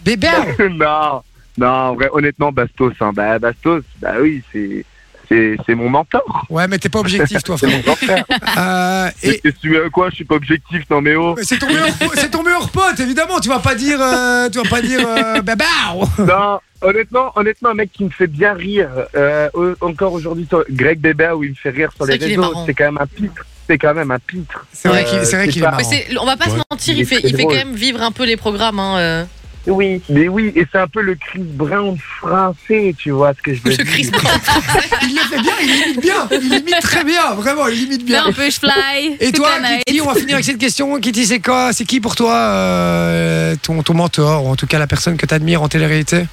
Bébéo. non, non, en vrai, honnêtement, Bastos, hein, bah, Bastos, bah oui, c'est, c'est, c'est mon mentor. Ouais, mais t'es pas objectif, toi, frère. Euh, et... Qu'est-ce que tu veux, quoi Je suis pas objectif, non, mais oh. Mais C'est ton meilleur, po- c'est ton meilleur pote, évidemment. Tu vas pas dire, euh, tu vas pas dire, euh, bah, bah, Non, honnêtement, honnêtement, un mec qui me fait bien rire, euh, au- encore aujourd'hui, sur- Greg Bébé, où il me fait rire sur C'est les vrai qu'il est réseaux, marrant. c'est quand même un pitre. C'est quand même un pitre. Euh, C'est vrai qu'il- c'est vrai qu'il est pas- Mais c'est- on va pas se mentir, il, fait, il fait quand même vivre un peu les programmes. Hein, euh. Oui. Mais oui, et c'est un peu le Chris Brown français, tu vois ce que je veux dire. il le fait bien, il imite bien, il imite très bien, vraiment, il imite bien. Un peu fly. Et toute toi, la night. Kitty, on va finir avec cette question. Kitty, c'est quoi C'est qui pour toi euh, ton, ton mentor, ou en tout cas la personne que tu admires en télé-réalité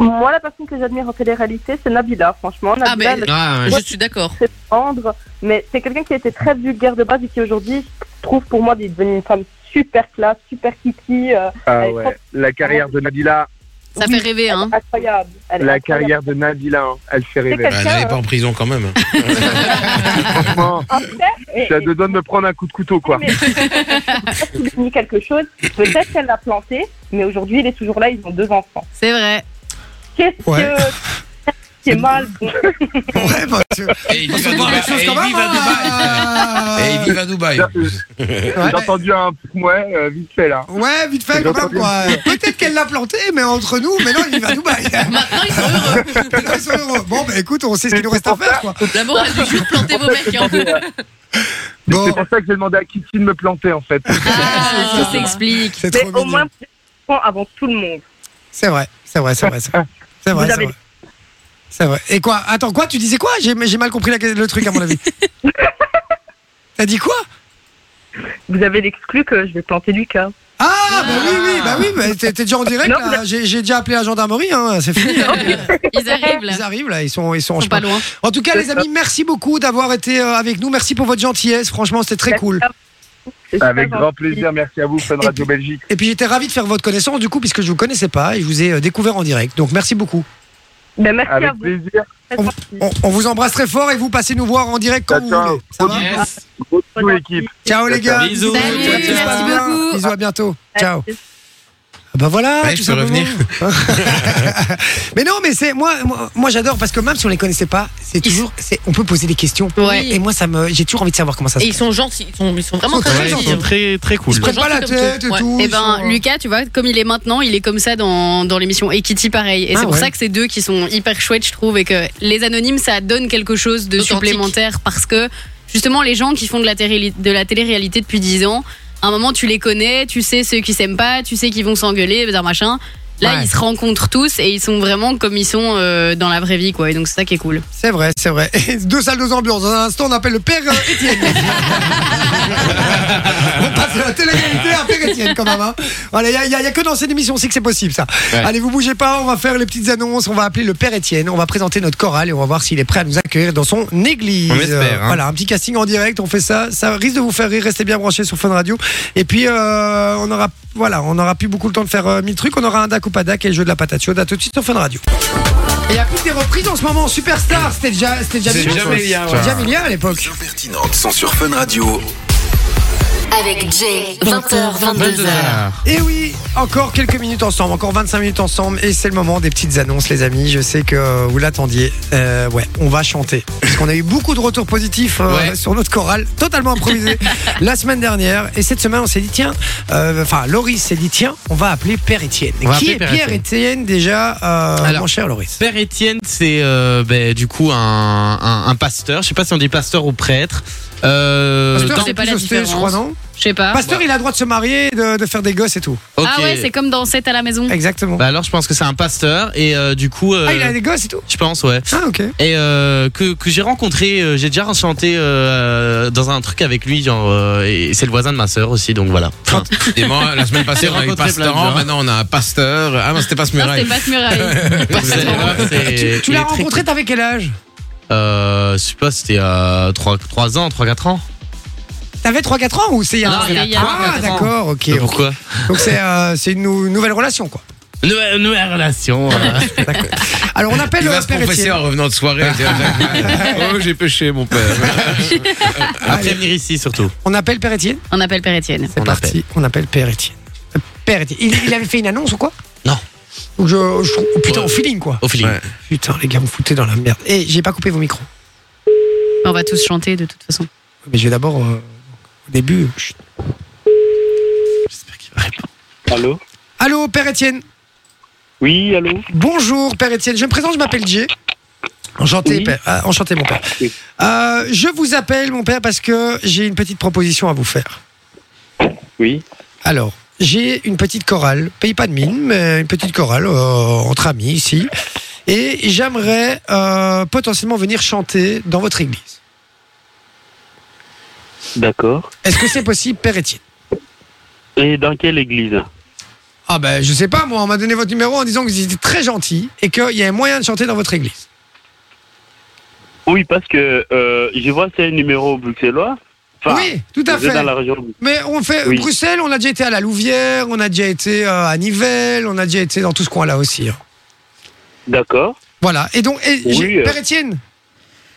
Moi, la personne que j'admire en télé-réalité, c'est Nabila, franchement. Nabila, mais- elle- Ah, ouais. moi, Je suis d'accord. c'est tendre, mais c'est quelqu'un qui a été très vulgaire de base et qui aujourd'hui je trouve pour moi d'être devenue une femme super classe, super kiki. euh, Ah elle est ouais, la carrière de Nabila, Ça fait rêver, hein. Incroyable. Elle est la incroyable. carrière de Nabila, hein, elle fait rêver. Bah, n'allez hein. pas en prison quand même. Franchement, Ah, et- Ah, ça te donne de prendre un coup de couteau, quoi. souligner quelque chose. Peut-être qu'elle l'a planté, mais aujourd'hui, il est toujours là. Ils ont deux enfants. C'est vrai. Qu'est-ce Ouais. que c'est mal bon. Ouais, bah, tu- Et il faut vit voir les choses quand même, hein. Et il vit à Dubaï. en plus. J'ai entendu un ouais euh, vite fait là. Ouais, vite fait, quand même, quoi. Peut-être qu'elle l'a planté, mais entre nous, maintenant, il va à Dubaï. Maintenant, ils sont heureux. Maintenant, ils sont heureux. Bon, bah écoute, on sait ce qu'il nous reste à faire, quoi. La morale du jour, plantez vos mecs. hein. Bon. C'est pour ça que j'ai demandé à Kitty de me planter en fait. Ah, ça s'explique. C'est Mais trop au mignon. moins, vous êtes enfants avant tout le monde. C'est vrai, c'est vrai, c'est vrai. C'est vrai, c'est Ah, Vous vrai. c'est avez- vrai. C'est vrai. Et quoi Attends, quoi Tu disais quoi J'ai j'ai mal compris la- le truc, à mon avis. T'as dit quoi Vous avez l'exclu que je vais planter Lucas. Ah, bah oui, oui, bah oui, mais t'es t'es déjà en direct, Non, là. vous J'ai j'ai déjà appelé la gendarmerie, hein, c'est fini. hein. Ils arrivent là. Ils arrivent là, ils sont, ils sont en Ils sont pas chemin. loin. En tout cas, les amis, merci beaucoup d'avoir été euh, avec nous. Merci pour votre gentillesse. Franchement, c'était très cool. C'est Avec super grand gentil. plaisir, merci à vous, Fun Et Radio Belgique. Et puis, j'étais ravi de faire votre connaissance, du coup, puisque je vous connaissais pas et je vous ai euh, découvert en direct. Donc, merci beaucoup. Ben, merci à Avec vous. plaisir. Très On, gentil. on- on vous embrasse très fort et vous passez nous voir en direct quand Ciao, vous ciao. voulez. Ça va Yes. Gros bisous, Merci. équipe. Ciao, les gars. Bisous. Bisous, Salut, ciao, tout se merci passe bien. beaucoup. Bisous, à bientôt. Ciao. Ah Bah voilà, Ouais, tout je peux simplement. revenir. mais non, mais c'est moi, moi, moi, j'adore parce que même si on les connaissait pas, c'est toujours, c'est- on peut poser des questions. Ouais. Et moi, ça me, j'ai toujours envie de savoir comment ça se Et ils passe. sont gentils, ils sont, ils sont vraiment Ils sont très très gentils. gentils. Très très cool. Ils se prennent pas la gentils comme tête et tout. Ouais. tout. Eh ils ben, sont- euh, Lucas, tu vois, comme il est maintenant, il est comme ça dans, dans l'émission et Kitty pareil. Et Ah c'est pour ouais. ça que c'est deux qui sont hyper chouettes, je trouve, et que les anonymes, ça donne quelque chose de Authentique. supplémentaire parce que justement, les gens qui font de la, télé- de la télé-réalité depuis 10 ans, à un moment, tu les connais, tu sais ceux qui s'aiment pas, tu sais qu'ils vont s'engueuler, d'un machin. Là, Ouais. ils se rencontrent tous et ils sont vraiment comme ils sont euh, dans la vraie vie, quoi. Et donc, c'est ça qui est cool. C'est vrai, c'est vrai. Et deux salles, deux ambiances. Dans un instant, on appelle le père euh, Étienne. on passe de la télé-réalité à père Étienne quand même. hein. Voilà, il n'y a, y a que dans cette émission aussi que c'est possible ça. Ouais. Allez, vous bougez pas, on va faire les petites annonces, on va appeler le père Étienne, on va présenter notre chorale et on va voir s'il est prêt à nous accueillir dans son église. On espère, hein. Voilà, un petit casting en direct, on fait ça. Ça risque de vous faire rire, restez bien branchés sur Fun Radio. Et puis, euh, on aura voilà, on aura plus beaucoup le temps de faire euh, mille trucs. On aura un Dac ou pas Dac et le jeu de la patate chaude. À tout de suite sur Fun Radio. Et il y a plus des reprises en ce moment. Superstar, c'était déjà, c'était déjà C'est Milia, déjà Milia, ouais. C'était déjà Milia à l'époque. Les impertinentes sont sur Fun Radio. Avec Jay, 20h, 22h. Et oui, encore quelques minutes ensemble, encore 25 minutes ensemble, et c'est le moment des petites annonces, les amis. Je sais que vous l'attendiez. Euh, ouais, on va chanter. Parce qu'on a eu beaucoup de retours positifs euh, Ouais. sur notre chorale, totalement improvisée, la semaine dernière. Et cette semaine, on s'est dit, tiens, euh, enfin, Loris s'est dit, tiens, on va appeler Père Étienne. On va appeler Qui est Père Pierre Étienne déjà, euh, Alors, mon cher Loris Père Étienne, c'est euh, ben, du coup un, un- un pasteur. Je sais pas si on dit pasteur ou prêtre. Euh, Pasteur, dans- c'est pas la différence. je crois, non Je sais pas. Pasteur, il a le droit de se marier, de, de faire des gosses et tout. Ok. Ah ouais, c'est comme dans 7 à la maison. Exactement. Bah alors je pense que c'est un pasteur et euh, du coup euh, Ah, il a des gosses et tout je pense ouais Ah, ok. et euh, que, que j'ai rencontré euh, j'ai déjà chanté euh, dans un truc avec lui genre euh, et c'est le voisin de ma sœur aussi donc voilà Et moi, la semaine passée, J'ai on avait rencontré plein de Pasteur, gens. maintenant on a un Pasteur. Ah non, c'était pas ce Non, muraille. c'était pas ce muraille. Vous allez voir, c'est- Tu, tu il l'as est très- rencontré, t'avais quel âge euh, je sais pas c'était euh, 3, ans 3-4 ans T'avais 3-4 ans ou c'est il y a Non, un- il y a trois, Ah, quatre ans. d'accord, ok. Mais pourquoi Donc c'est euh, c'est une nou- nouvelle relation, quoi. nouvelle, nouvelle relation euh. Alors on appelle Il va euh, se Père confesser Étienne. en revenant de soirée. oh, j'ai péché, mon père. après venir ici surtout On appelle Père Étienne On appelle Père Étienne. C'est On parti, on appelle Père Étienne. Euh, Père Étienne. Il, il avait fait une annonce ou quoi Non. Donc je, je trouve- oh, putain, Ouais. au feeling, quoi. au feeling Ouais. Putain, les gars, vous foutez dans la merde. Et j'ai pas coupé vos micros. On va tous chanter de toute façon. Mais je vais d'abord, euh, au début. chut. j'espère qu'il va répondre Allô Allô, Père Étienne Oui, allô Bonjour, Père Étienne. Je me présente, je m'appelle Jay. Enchanté, Oui. père. Ah, enchanté, mon père. Oui. Euh, je vous appelle, mon père, parce que j'ai une petite proposition à vous faire. Oui. Alors, j'ai une petite chorale, paye pas de mine, mais une petite chorale euh, entre amis ici. Et j'aimerais euh, potentiellement venir chanter dans votre église. D'accord. Est-ce que c'est possible, Père Étienne Et dans quelle église Ah ben, je sais pas, moi, on m'a donné votre numéro en disant que vous étiez très gentil et qu'il y avait moyen de chanter dans votre église. Oui, parce que euh, je vois c'est un numéro bruxellois. Enfin, oui, tout à vous êtes fait. dans la région. Mais on fait Oui. Bruxelles, on a déjà été à la Louvière, on a déjà été euh, à Nivelles, on a déjà été dans tout ce coin-là aussi. hein. D'accord. Voilà. Et donc, et Oui, j'ai- euh. Père Étienne,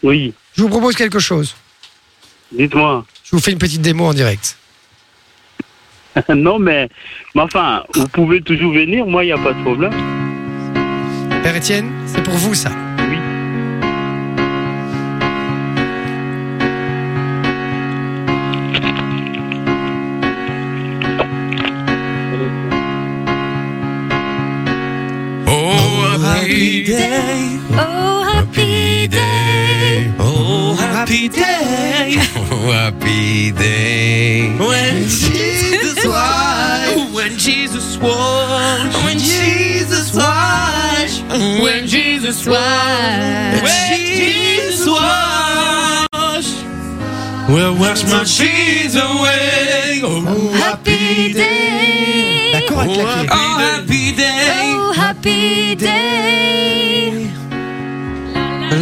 Oui. je vous propose quelque chose. Dites-moi. Je vous fais une petite démo en direct. non, mais, mais enfin, vous pouvez toujours venir. Moi, il n'y a pas de problème. Père Étienne, c'est pour vous ça. Oui. Oh, happy day. Oh, Happy day. oh happy day Oh, happy day. when Jesus was When Jesus was. when Jesus was When Jesus When Jesus wash Will wash my sins away Oh happy day D'accord avec la clé. Oh happy day Oh, happy day.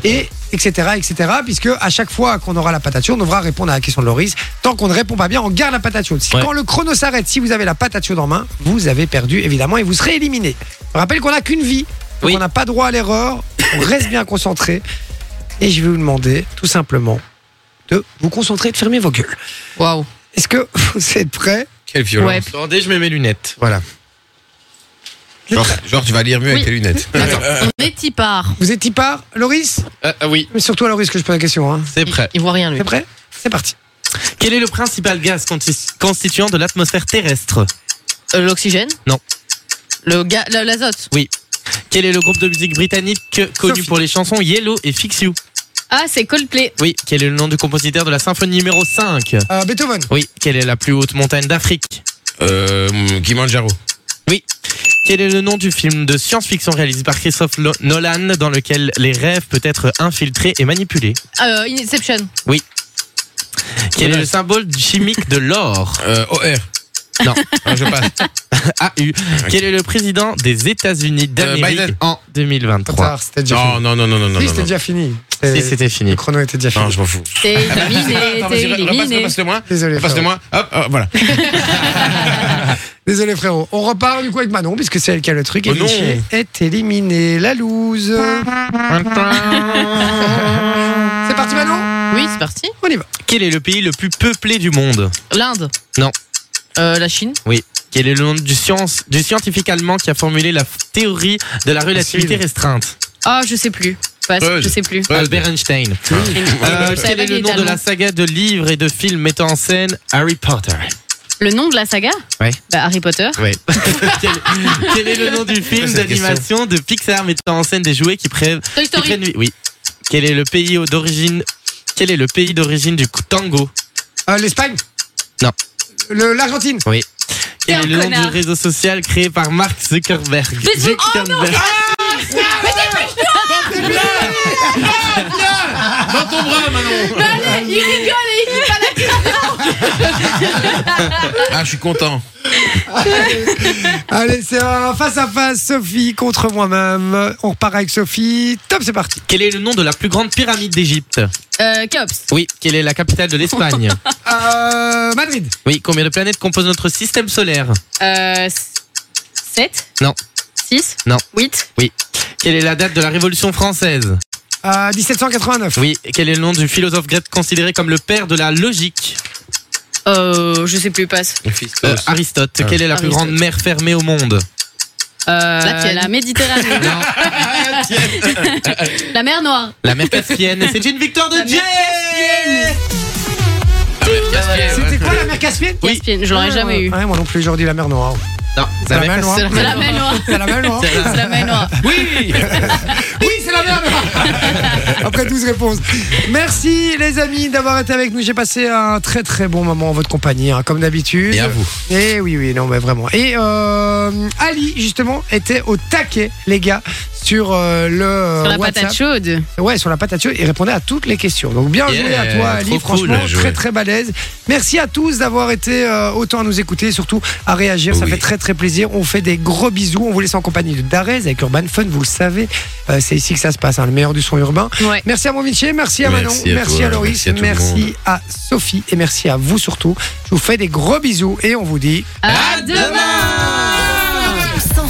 Et etc. etc. Puisque à chaque fois qu'on aura la patate chaude, on devra répondre à la question de Loris. Tant qu'on ne répond pas bien, on garde la patate chaude. Si- Ouais. Quand le chrono s'arrête, si vous avez la patate chaude en main, vous avez perdu évidemment et vous serez éliminé. Je rappelle qu'on n'a qu'une vie. Donc on n'a pas droit à l'erreur. On reste bien concentré. Et je vais vous demander tout simplement de vous concentrer et de fermer vos gueules. Waouh. Est-ce que vous êtes prêts Quelle Ouais. violence. Attendez, je mets mes lunettes. Voilà. Genre, genre, tu vas lire mieux avec tes lunettes. On est y part. Vous êtes y part, Loris Oui. Mais surtout à Loris que je pose la question. Hein. C'est prêt. Il voit rien lui. T'es prêt C'est parti. Quel est le principal gaz conti- constituant de l'atmosphère terrestre Euh, L'oxygène Non. Le ga- la- l'azote. Oui. Quel est le groupe de musique britannique que- connu pour les chansons Yellow et Fix You Ah, c'est Coldplay. Oui. Quel est le nom du compositeur de la symphonie numéro 5 Euh, Beethoven. Oui. Quelle est la plus haute montagne d'Afrique Euh, Kimanjaro. Oui. Quel est le nom du film de science-fiction réalisé par Christophe Lo- Nolan dans lequel les rêves peuvent être infiltrés et manipulés Euh, Inception. Oui. Quel est le symbole chimique de l'or Euh, OR. Non. Ah, je passe. AU. Quel est le président des États-Unis d'Amérique Euh, Biden. en 2023 Tard, c'était déjà Non, fini. non, non, non, non, non. Oui, non, c'était non. déjà fini. Si C'était- c'était Le fini. chrono était déjà fini. Non, je m'en fous. T'es éliminé, Attends, t'es vas-y, repasse, éliminé. repasse le moi. Désolé. Repasse le frérot. moi. Hop, hop, voilà. Désolé, frérot. On repart du coup avec Manon, puisque c'est elle qui a le truc. Et Oh non. Michel est éliminé. La loose. c'est parti, Manon Oui, c'est parti. On y va. Quel est le pays le plus peuplé du monde L'Inde. Non. Euh, la Chine. Oui. Quel est le nom du, science, du scientifique allemand qui a formulé la f- théorie de la relativité suivre. restreinte Ah, je sais plus. Passe, Creuse. je sais plus. Ah, Albert Einstein. Ah. Euh, Je savais quel pas est le qu'il nom était de la allemand. saga de livres et de films mettant en scène Harry Potter Le nom de la saga Ouais. Bah, Harry Potter. Oui. quel, quel est le nom du film cette d'animation de Pixar mettant en scène des jouets qui, pré- Toy qui Story. prennent vie Oui. Quel est le pays au- d'origine Quel est le pays d'origine du coup- tango Euh, L'Espagne Non. Le- L'Argentine Oui. Quel un est le nom du connard. réseau social créé par Mark Zuckerberg Facebook. Oh, Zuckerberg. Ah, Dans ton bras, Manon. Allez, il rigole et il dit pas la Ah, je suis content. Allez, c'est un face à face, Sophie contre moi-même. On repart avec Sophie. Top, c'est parti. Quel est le nom de la plus grande pyramide d'Égypte Euh, Keops. Oui. Quelle est la capitale de l'Espagne Euh, Madrid. Oui. Combien de planètes composent notre système solaire Euh, 7 Non. 6 Non. 8 Oui. Quelle est la date de la Révolution française Euh, 1789. Oui. Quel est le nom du philosophe grec considéré comme le père de la logique Euh, je sais plus, passe. Euh, Aristote. Quelle est la plus Aristote. grande mer fermée au monde Euh, La tienne. la Méditerranée. la mer Noire. La mer Caspienne. Et C'est une victoire de Dieu Ah, C'était quoi la mer Caspienne Ah, Oui. Caspienne, je l'aurais jamais eu. Ouais, moi non plus, aujourd'hui, la mer Noire. Non, C'est la, mer Noire. C'est la mer Noire. C'est la mer Noire. C'est la mer Noire. Oui Oui, c'est la merde Après 12 réponses. Merci les amis d'avoir été avec nous. J'ai passé un très très bon moment en votre compagnie, hein, comme d'habitude. Et à vous. Et oui, oui, non, mais vraiment. Et euh, Ali, justement, était au taquet, les gars, sur euh, le euh, Sur la WhatsApp. patate chaude. Ouais, sur la patate chaude. Il répondait à toutes les questions. Donc bien Yeah, joué à toi, trop Ali. cool, Franchement, bien joué. très très balèze. Merci à tous d'avoir été euh, autant à nous écouter, surtout à réagir. Ça Oui. fait très très plaisir. On fait des gros bisous. On vous laisse en compagnie de Darez avec Urban Fun. Vous le savez, Euh, c'est ici que ça se passe, hein, le meilleur du son urbain. Ouais. Merci à mon Vinci, merci à Manon, Merci à merci toi, à Loris, merci à tout le monde. à Sophie et merci à vous surtout. Je vous fais des gros bisous et on vous dit À demain